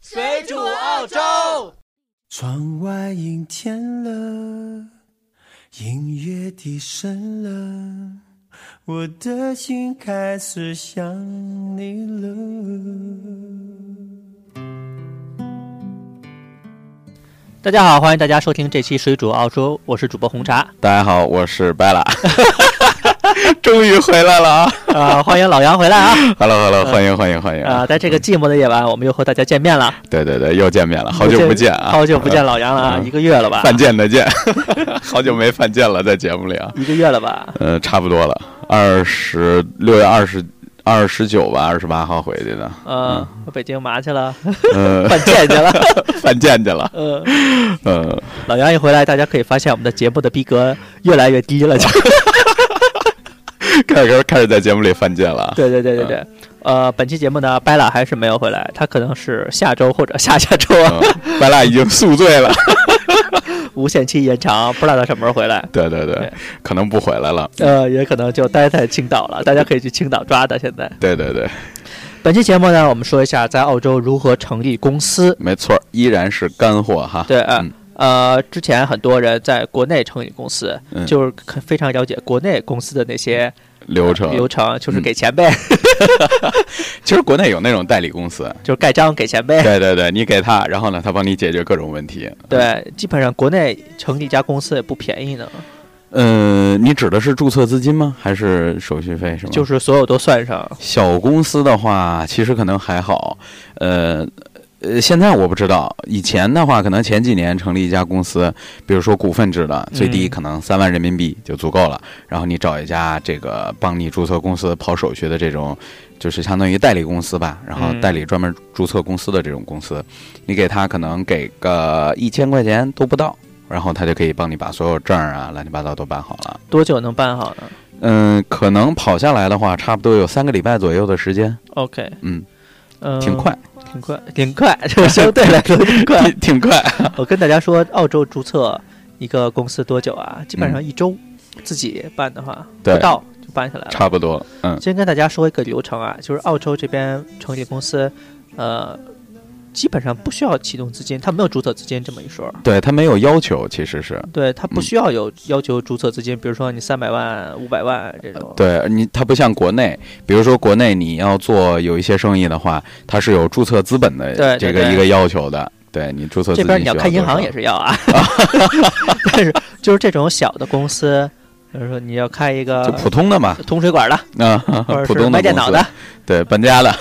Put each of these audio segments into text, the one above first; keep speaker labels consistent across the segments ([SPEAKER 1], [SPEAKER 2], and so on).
[SPEAKER 1] 水煮澳洲。
[SPEAKER 2] 窗外阴天了，音乐低声了，我的心开始想你了。
[SPEAKER 3] 大家好，欢迎大家收听这期《水煮澳洲》，我是主播红茶
[SPEAKER 4] 大家好，我是白 拉，终于回来了啊嗯
[SPEAKER 3] 啊、欢迎老杨回来 啊！
[SPEAKER 4] ！Hello Hello，欢迎欢迎欢迎！
[SPEAKER 3] 啊、在这个寂寞的夜晚，我们又和大家见面了，
[SPEAKER 4] 对对对，又见面了，好久不见啊，
[SPEAKER 3] 好久不见 老杨了啊，
[SPEAKER 4] 嗯
[SPEAKER 3] 一个月了吧？
[SPEAKER 4] 犯贱的 贱，好久没犯贱了，在节目里啊，
[SPEAKER 3] 一个月了吧？
[SPEAKER 4] 嗯，差不多了，二十六月二十二十九吧，二十八号回去 的，
[SPEAKER 3] 呃，我北京嘛去 了？
[SPEAKER 4] 嗯，
[SPEAKER 3] 办见去了。
[SPEAKER 4] 犯贱去了，
[SPEAKER 3] 呃，
[SPEAKER 4] 嗯，
[SPEAKER 3] 老杨一回来，大家可以发现我们的节目的逼格越来越低了。
[SPEAKER 4] 啊
[SPEAKER 3] 就
[SPEAKER 4] 开始开始在节目里犯贱了啊，
[SPEAKER 3] 对对对对对，呃，本期节目呢，掰拉还是没有回来，他可能是下周或者下下周啊，
[SPEAKER 4] 嗯，白拉已经宿醉了，
[SPEAKER 3] 无限期延长，不知道他什么时候回来。
[SPEAKER 4] 对对对
[SPEAKER 3] 对，
[SPEAKER 4] 可能不回来了，
[SPEAKER 3] 呃，也可能就待在青岛了，大家可以去青岛抓他。现在，
[SPEAKER 4] 对对对，
[SPEAKER 3] 本期节目呢，我们说一下在澳洲如何成立公司。
[SPEAKER 4] 没错，依然是干货哈，
[SPEAKER 3] 对，呃
[SPEAKER 4] 嗯
[SPEAKER 3] 呃，之前很多人在国内成立公司，
[SPEAKER 4] 嗯
[SPEAKER 3] 就是可非常了解国内公司的那些
[SPEAKER 4] 流程
[SPEAKER 3] 流程，就是
[SPEAKER 4] 嗯
[SPEAKER 3] 给钱 呗，
[SPEAKER 4] 其实国内有那种代理公司，
[SPEAKER 3] 就是盖章给钱呗。
[SPEAKER 4] 对对对，你给他，然后呢，他帮你解决各种问题。，
[SPEAKER 3] 对，基本上国内成立一家公司也不便宜呢，
[SPEAKER 4] 嗯、你指的是注册资金吗？还是手续费是吗？
[SPEAKER 3] 就是是所有都算上，
[SPEAKER 4] 小公司的话，其实可能还好，呃。呃，现在我不知道，以前的话，可能前几年成立一家公司，比如说股份制的，最
[SPEAKER 3] 嗯
[SPEAKER 4] 低可能三万人民币就足够了。然后你找一家这个帮你注册公司跑手续的这种，就是相当于代理公司吧，然后
[SPEAKER 3] 嗯
[SPEAKER 4] 代理专门注册公司的这种公司，你给他可能给个一千块钱都不到，然后他就可以帮你把所有证儿啊、乱七八糟都办好了。
[SPEAKER 3] 多久能办好呢
[SPEAKER 4] 嗯，可能跑下来的话，差不多有三个礼拜左右的时间，
[SPEAKER 3] ？OK，
[SPEAKER 4] 嗯，
[SPEAKER 3] 嗯，
[SPEAKER 4] 挺快，，
[SPEAKER 3] 挺快，挺快， 这个相对来说挺快。
[SPEAKER 4] 挺挺快。
[SPEAKER 3] 我跟大家说，澳洲注册一个公司多久啊？基本上一周，自己办的话
[SPEAKER 4] 嗯对
[SPEAKER 3] 不到就办下来了。
[SPEAKER 4] 差不多，嗯
[SPEAKER 3] 先跟大家说一个流程啊，就是澳洲这边成立公司，呃，基本上不需要启动资金，它没有注册资金这么一说。
[SPEAKER 4] 对他没有要求，其实是
[SPEAKER 3] 对，它不
[SPEAKER 4] 嗯
[SPEAKER 3] 需要有要求注册资金，比如说你三百万、五百万这种。
[SPEAKER 4] 对你，它不像国内，比如说国内你要做有一些生意的话，它是有注册资本
[SPEAKER 3] 对
[SPEAKER 4] 的
[SPEAKER 3] 对
[SPEAKER 4] 这个
[SPEAKER 3] 对
[SPEAKER 4] 一个要求的。对你注册
[SPEAKER 3] 这
[SPEAKER 4] 资金
[SPEAKER 3] 边你要
[SPEAKER 4] 需
[SPEAKER 3] 开银
[SPEAKER 4] 多
[SPEAKER 3] 行
[SPEAKER 4] 少
[SPEAKER 3] 也是要 啊，但是就是这种小的公司，比如说你要开一个
[SPEAKER 4] 就普通的 嘛，
[SPEAKER 3] 通水管的，
[SPEAKER 4] 啊
[SPEAKER 3] 啊或者，
[SPEAKER 4] 普
[SPEAKER 3] 是
[SPEAKER 4] 通
[SPEAKER 3] 卖
[SPEAKER 4] 的
[SPEAKER 3] 电
[SPEAKER 4] 公
[SPEAKER 3] 脑
[SPEAKER 4] 司
[SPEAKER 3] 的，，
[SPEAKER 4] 对搬家的，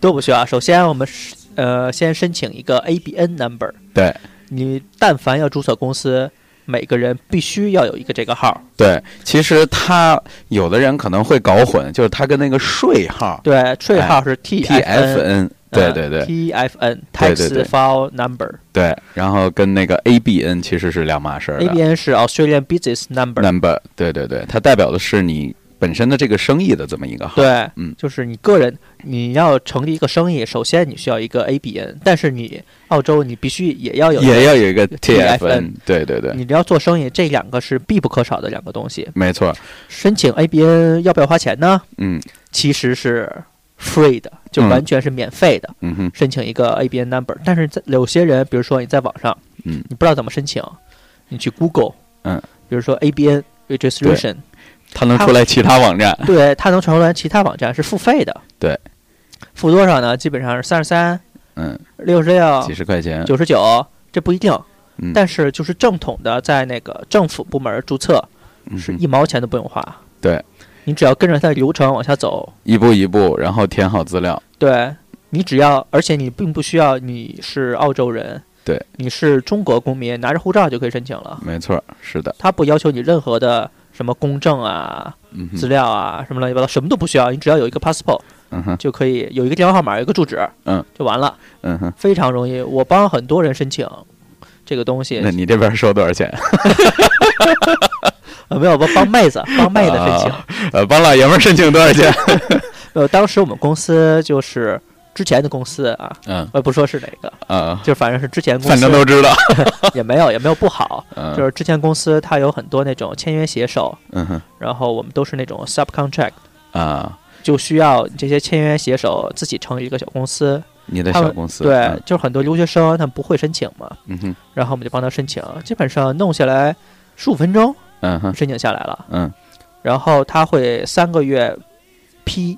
[SPEAKER 3] 都不需要。首先，我们是呃先申请一个 ABN number。
[SPEAKER 4] 对，
[SPEAKER 3] 你但凡要注册公司，每个人必须要有一个这个号。
[SPEAKER 4] 对。其实他有的人可能会搞混，就是他跟那个税号
[SPEAKER 3] 对，税
[SPEAKER 4] 哎
[SPEAKER 3] 号是 TFN。
[SPEAKER 4] TFN，对对
[SPEAKER 3] 嗯 TFN
[SPEAKER 4] 对对对
[SPEAKER 3] Tax
[SPEAKER 4] 对
[SPEAKER 3] File Number。
[SPEAKER 4] 对，然后跟那个 ABN 其实是两码事儿的。
[SPEAKER 3] ABN 是 Australian Business Number。
[SPEAKER 4] number，对对对，它代表的是你本身的这个生意的这么一个号。
[SPEAKER 3] 对，
[SPEAKER 4] 嗯
[SPEAKER 3] 就是你个人，你要成立一个生意，首先你需要一个 ABN，但是你澳洲你必须也要有一个，
[SPEAKER 4] 也要有一个
[SPEAKER 3] TFN
[SPEAKER 4] TFN，对对对，
[SPEAKER 3] 你要做生意，这两个是必不可少的两个东西。
[SPEAKER 4] 没错，
[SPEAKER 3] 申请 ABN 要不要花钱呢？
[SPEAKER 4] 嗯
[SPEAKER 3] 其实是 free 的，就
[SPEAKER 4] 嗯
[SPEAKER 3] 完全是免费的。
[SPEAKER 4] 嗯哼，
[SPEAKER 3] 申请一个 ABN number，但是在有些人，比如说你在网上，
[SPEAKER 4] 嗯
[SPEAKER 3] 你不知道怎么申请，你去 Google，
[SPEAKER 4] 嗯，
[SPEAKER 3] 比如说 ABN registration，
[SPEAKER 4] 它能
[SPEAKER 3] 它
[SPEAKER 4] 出来其他网站，
[SPEAKER 3] 对它能传出来其他网站是付费的，
[SPEAKER 4] 对，
[SPEAKER 3] 付多少呢？基本上是三十三、
[SPEAKER 4] 嗯，
[SPEAKER 3] 六十六
[SPEAKER 4] 几、十块钱，
[SPEAKER 3] 九十九，这不一定，
[SPEAKER 4] 嗯
[SPEAKER 3] 啊但是就是正统的在那个政府部门注册，
[SPEAKER 4] 嗯
[SPEAKER 3] 是
[SPEAKER 4] 哼
[SPEAKER 3] 一毛钱都不用花，
[SPEAKER 4] 对，
[SPEAKER 3] 你只要跟着它的流程往下走，
[SPEAKER 4] 一步一步，然后填好资料，
[SPEAKER 3] 对你只要，而且你并不需要你是澳洲人，
[SPEAKER 4] 对，
[SPEAKER 3] 你是中国公民，拿着护照就可以申请了。
[SPEAKER 4] 没错，是的，
[SPEAKER 3] 他不要求你任何的什么公证啊、
[SPEAKER 4] 嗯
[SPEAKER 3] 资
[SPEAKER 4] 哼，
[SPEAKER 3] 料啊、什么乱七八糟，什么都不需要，你只要有一个 passport
[SPEAKER 4] 嗯哼，
[SPEAKER 3] 就可以，有一个电话号码，有一个住址，
[SPEAKER 4] 嗯，
[SPEAKER 3] 就完了，
[SPEAKER 4] 嗯哼，
[SPEAKER 3] 非常容易。我帮很多人申请这个东西
[SPEAKER 4] 那，你这边收多少钱？
[SPEAKER 3] 呃，没有帮帮妹 子、帮妹子申请。
[SPEAKER 4] 啊呃，帮老爷们儿申请多少钱？
[SPEAKER 3] 呃，当时我们公司就是之前的公司啊，
[SPEAKER 4] 嗯
[SPEAKER 3] 我也不说是哪个，
[SPEAKER 4] 啊，
[SPEAKER 3] 就反正是之前公
[SPEAKER 4] 反正
[SPEAKER 3] 司
[SPEAKER 4] 都知道，
[SPEAKER 3] 也没有也没有不好，就
[SPEAKER 4] 嗯
[SPEAKER 3] 是之前公司它有很多那种签约写手，
[SPEAKER 4] 嗯哼
[SPEAKER 3] 然后我们都是那种 subcontract，
[SPEAKER 4] 啊，
[SPEAKER 3] 就需要这些签约写手自己成立一个小公司，
[SPEAKER 4] 你的
[SPEAKER 3] 他
[SPEAKER 4] 小
[SPEAKER 3] 们
[SPEAKER 4] 公司，
[SPEAKER 3] 对
[SPEAKER 4] 嗯，
[SPEAKER 3] 就是很多留学生他们不会申请嘛，
[SPEAKER 4] 嗯哼，
[SPEAKER 3] 然后我们就帮他申请，基本上弄下来十五分钟
[SPEAKER 4] 嗯哼，
[SPEAKER 3] 申请下来了，
[SPEAKER 4] 嗯，
[SPEAKER 3] 然后他会三个月批，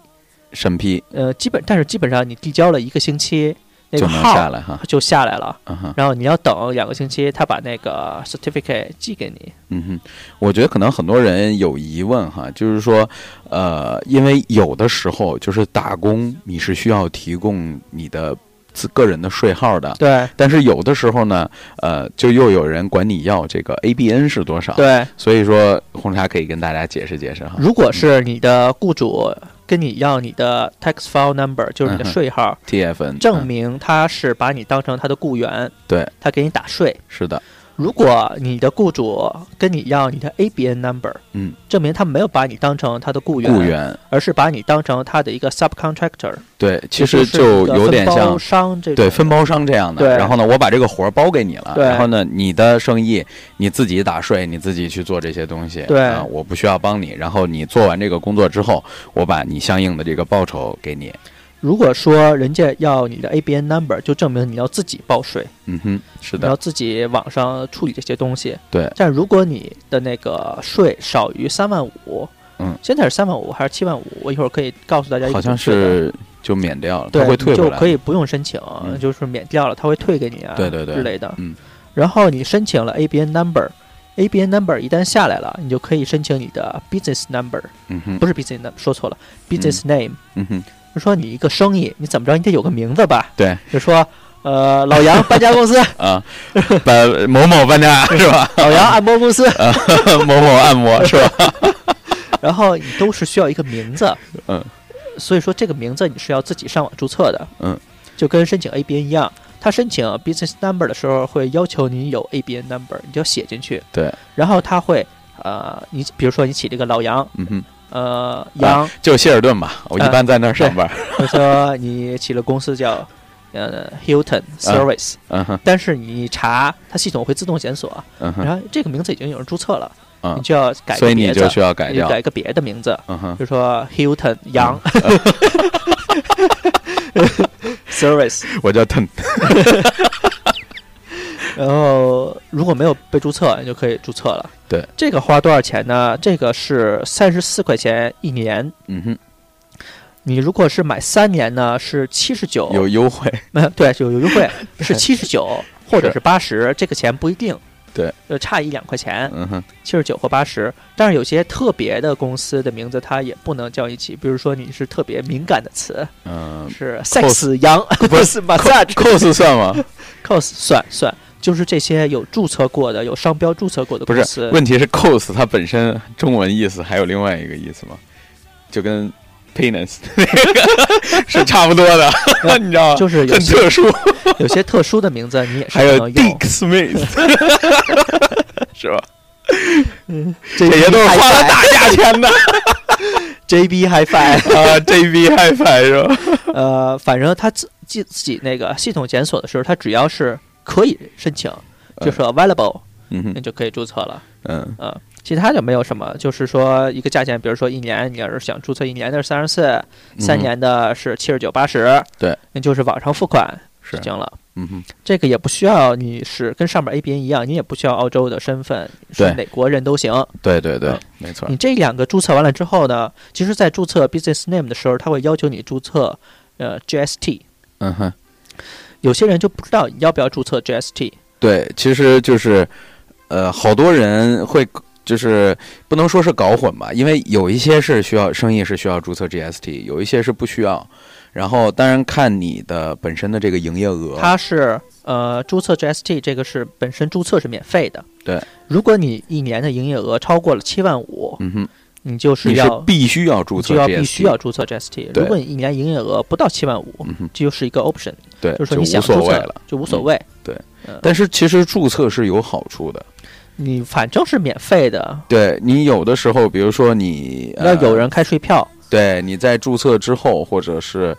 [SPEAKER 4] 审批
[SPEAKER 3] 呃，基本但是基本上你递交了一个星期，那
[SPEAKER 4] 就
[SPEAKER 3] 个
[SPEAKER 4] 能下
[SPEAKER 3] 号
[SPEAKER 4] 来哈，
[SPEAKER 3] 就下来了，
[SPEAKER 4] 嗯哼，
[SPEAKER 3] 然后你要等两个星期，他把那个 certificate 寄给你。
[SPEAKER 4] 嗯哼，我觉得可能很多人有疑问哈，就是说，呃，因为有的时候就是打工，你是需要提供你的自个人的税号的，
[SPEAKER 3] 对
[SPEAKER 4] 但是有的时候呢，呃，就又有人管你要这个 ABN 是多少，，
[SPEAKER 3] 嗯对，
[SPEAKER 4] 所以说红茶可以跟大家解释解释哈，
[SPEAKER 3] 如果是你的雇主跟你要你的 tax file number，就是你的
[SPEAKER 4] 嗯哼
[SPEAKER 3] 税号，
[SPEAKER 4] TFN
[SPEAKER 3] 证
[SPEAKER 4] 嗯
[SPEAKER 3] 明他是把你当成他的雇员，
[SPEAKER 4] 对，
[SPEAKER 3] 他给你打税。
[SPEAKER 4] 是的，
[SPEAKER 3] 如果你的雇主跟你要你的 ABN number，
[SPEAKER 4] 嗯，
[SPEAKER 3] 证明他没有把你当成他的雇员，
[SPEAKER 4] 雇员。
[SPEAKER 3] 而是把你当成他的一个 subcontractor，
[SPEAKER 4] 对，其
[SPEAKER 3] 也
[SPEAKER 4] 实
[SPEAKER 3] 是
[SPEAKER 4] 就
[SPEAKER 3] 一个
[SPEAKER 4] 有点
[SPEAKER 3] 分包
[SPEAKER 4] 像
[SPEAKER 3] 商这种
[SPEAKER 4] 对，分包商这样的。
[SPEAKER 3] 对
[SPEAKER 4] 然后呢，我把这个活儿包给你了，
[SPEAKER 3] 对
[SPEAKER 4] 然后呢，你的生意你自己打税，你自己去做这些东西。
[SPEAKER 3] 对
[SPEAKER 4] 啊，我不需要帮你。然后你做完这个工作之后，我把你相应的这个报酬给你。
[SPEAKER 3] 如果说人家要你的 ABN number，就证明你要自己报税，
[SPEAKER 4] 嗯哼，是
[SPEAKER 3] 你要
[SPEAKER 4] 的，
[SPEAKER 3] 自己网上处理这些东西。
[SPEAKER 4] 对，
[SPEAKER 3] 但如果你的那个税少于三万五，
[SPEAKER 4] 嗯，
[SPEAKER 3] 现在是三万五还是七万五？我一会儿可以告诉大家一个
[SPEAKER 4] 好像
[SPEAKER 3] 准确的
[SPEAKER 4] 是就免掉了，
[SPEAKER 3] 对，
[SPEAKER 4] 他会退
[SPEAKER 3] 你
[SPEAKER 4] 回
[SPEAKER 3] 就
[SPEAKER 4] 来。
[SPEAKER 3] 可以不用申请，
[SPEAKER 4] 嗯
[SPEAKER 3] 就是免掉了，他会退给你啊，
[SPEAKER 4] 对对对
[SPEAKER 3] 之类的。
[SPEAKER 4] 嗯，
[SPEAKER 3] 然后你申请了 ABN number，ABN number 一旦下来了，你就可以申请你的 business number，
[SPEAKER 4] 嗯哼
[SPEAKER 3] 不，是 business number，说错了，business name。
[SPEAKER 4] 嗯哼，
[SPEAKER 3] 就说你一个生意，你怎么着你得有个名字吧？
[SPEAKER 4] 对
[SPEAKER 3] 就说呃，老杨搬家公 司，
[SPEAKER 4] 啊，把某某搬家是 吧？
[SPEAKER 3] 老杨按摩公司，
[SPEAKER 4] 某某按摩 是吧？
[SPEAKER 3] 然后你都是需要一个名字。
[SPEAKER 4] 嗯，
[SPEAKER 3] 所以说这个名字你是要自己上网注册的。
[SPEAKER 4] 嗯，
[SPEAKER 3] 就跟申请 ABN 一样，他申请 business number 的时候会要求你有 ABN number，你就要写进去。
[SPEAKER 4] 对，
[SPEAKER 3] 然后他会呃，你比如说你起这个老杨，
[SPEAKER 4] 嗯哼，
[SPEAKER 3] 呃，杨，
[SPEAKER 4] 就希尔顿吧，我一
[SPEAKER 3] 嗯
[SPEAKER 4] 般在那儿上班。
[SPEAKER 3] 或者说你起了公司叫呃
[SPEAKER 4] 啊
[SPEAKER 3] Hilton Service，、
[SPEAKER 4] 嗯哼，
[SPEAKER 3] 但是你查它系统会自动检索。
[SPEAKER 4] 嗯哼，
[SPEAKER 3] 然后这个名字已经有人注册了，
[SPEAKER 4] 嗯
[SPEAKER 3] 你就要改
[SPEAKER 4] 所
[SPEAKER 3] 个
[SPEAKER 4] 以你
[SPEAKER 3] 别
[SPEAKER 4] 就
[SPEAKER 3] 的，
[SPEAKER 4] 需要改
[SPEAKER 3] 你就
[SPEAKER 4] 掉。
[SPEAKER 3] 改一个别的名字，
[SPEAKER 4] 嗯哼
[SPEAKER 3] 比，如说 Hilton 杨
[SPEAKER 4] 啊
[SPEAKER 3] Service。
[SPEAKER 4] 我叫腾。
[SPEAKER 3] 然后如果没有被注册，你就可以注册了。
[SPEAKER 4] 对，
[SPEAKER 3] 这个花多少钱呢？这个是三十四块钱一年。
[SPEAKER 4] 嗯哼，
[SPEAKER 3] 你如果是买三年呢，是七十九，
[SPEAKER 4] 有优惠。
[SPEAKER 3] 没有对，有有优 惠，是七十九或者是八十，这个钱不一定，
[SPEAKER 4] 对，
[SPEAKER 3] 就差一两块钱。
[SPEAKER 4] 嗯哼，
[SPEAKER 3] 七十九或八十，但是有些特别的公司的名字它也不能叫一起，比如说你是特别敏感的词，
[SPEAKER 4] 嗯、
[SPEAKER 3] 是 sex 羊 ，cos
[SPEAKER 4] 啊
[SPEAKER 3] massage
[SPEAKER 4] cos 算 吗？
[SPEAKER 3] cos 算算，就是这些有注册过的、有商标注册过的
[SPEAKER 4] 不
[SPEAKER 3] 公
[SPEAKER 4] 是，
[SPEAKER 3] 司，
[SPEAKER 4] 问题是 cos 它本身中文意思还有另外一个意思吗？就跟 penis 那个 是差不多的，你知道 吗？
[SPEAKER 3] 就是有
[SPEAKER 4] 很
[SPEAKER 3] 些
[SPEAKER 4] 特殊，
[SPEAKER 3] 有些特殊的名字你也是
[SPEAKER 4] 还
[SPEAKER 3] 不
[SPEAKER 4] 有
[SPEAKER 3] 能
[SPEAKER 4] Dick
[SPEAKER 3] 用，
[SPEAKER 4] Smith，是吧？嗯
[SPEAKER 3] 这
[SPEAKER 4] 这些都是花了大价钱的
[SPEAKER 3] JB HiFi，
[SPEAKER 4] 啊，JB HiFi 是吧？
[SPEAKER 3] 呃，反正他自自自己那个系统检索的时候，他只要是可以申请，就
[SPEAKER 4] 嗯
[SPEAKER 3] 是 available，
[SPEAKER 4] 嗯
[SPEAKER 3] 那
[SPEAKER 4] 哼
[SPEAKER 3] 就可以注册了。
[SPEAKER 4] 嗯
[SPEAKER 3] 呃，其他就没有什么，就是说一个价钱，比如说一年，你要是想注册一年的是三十四，
[SPEAKER 4] 嗯
[SPEAKER 3] 三年的是七十九八十，
[SPEAKER 4] 对，
[SPEAKER 3] 那就是网上付款
[SPEAKER 4] 是
[SPEAKER 3] 就行了。
[SPEAKER 4] 嗯哼，
[SPEAKER 3] 这个也不需要你是跟上面 ABN 一样，你也不需要澳洲的身份，是
[SPEAKER 4] 对
[SPEAKER 3] 哪国人都行。
[SPEAKER 4] 对对对
[SPEAKER 3] 嗯，
[SPEAKER 4] 没错
[SPEAKER 3] 你，这两个注册完了之后呢，其实，在注册 business name 的时候，他会要求你注册呃 GST，
[SPEAKER 4] 嗯哼，
[SPEAKER 3] 有些人就不知道你要不要注册 GST，
[SPEAKER 4] 对，其实就是，呃，好多人会就是不能说是搞混吧，因为有一些是需要生意是需要注册 GST，有一些是不需要。然后当然看你的本身的这个营业额，
[SPEAKER 3] 它是呃注册 GST 这个是本身注册是免费的。
[SPEAKER 4] 对，
[SPEAKER 3] 如果你一年的营业额超过了七万五，
[SPEAKER 4] 嗯哼，
[SPEAKER 3] 你就是
[SPEAKER 4] 你是
[SPEAKER 3] 要
[SPEAKER 4] 必须要注
[SPEAKER 3] 你
[SPEAKER 4] 册
[SPEAKER 3] 就要
[SPEAKER 4] GST，
[SPEAKER 3] 必须要注册 GST。
[SPEAKER 4] 对
[SPEAKER 3] 如果你一年营业额不到七万五，
[SPEAKER 4] 嗯哼，
[SPEAKER 3] 这就是一个 option，
[SPEAKER 4] 对，
[SPEAKER 3] 就是说
[SPEAKER 4] 无
[SPEAKER 3] 你想
[SPEAKER 4] 所
[SPEAKER 3] 注
[SPEAKER 4] 谓
[SPEAKER 3] 册
[SPEAKER 4] 了。嗯
[SPEAKER 3] 就无所谓。
[SPEAKER 4] 对
[SPEAKER 3] 呃，
[SPEAKER 4] 但是其实注册是有好处的，
[SPEAKER 3] 你反正是免费的，
[SPEAKER 4] 对你有的时候，比如说你、呃
[SPEAKER 3] 要有人开税票，
[SPEAKER 4] 对，你在注册之后，或者是，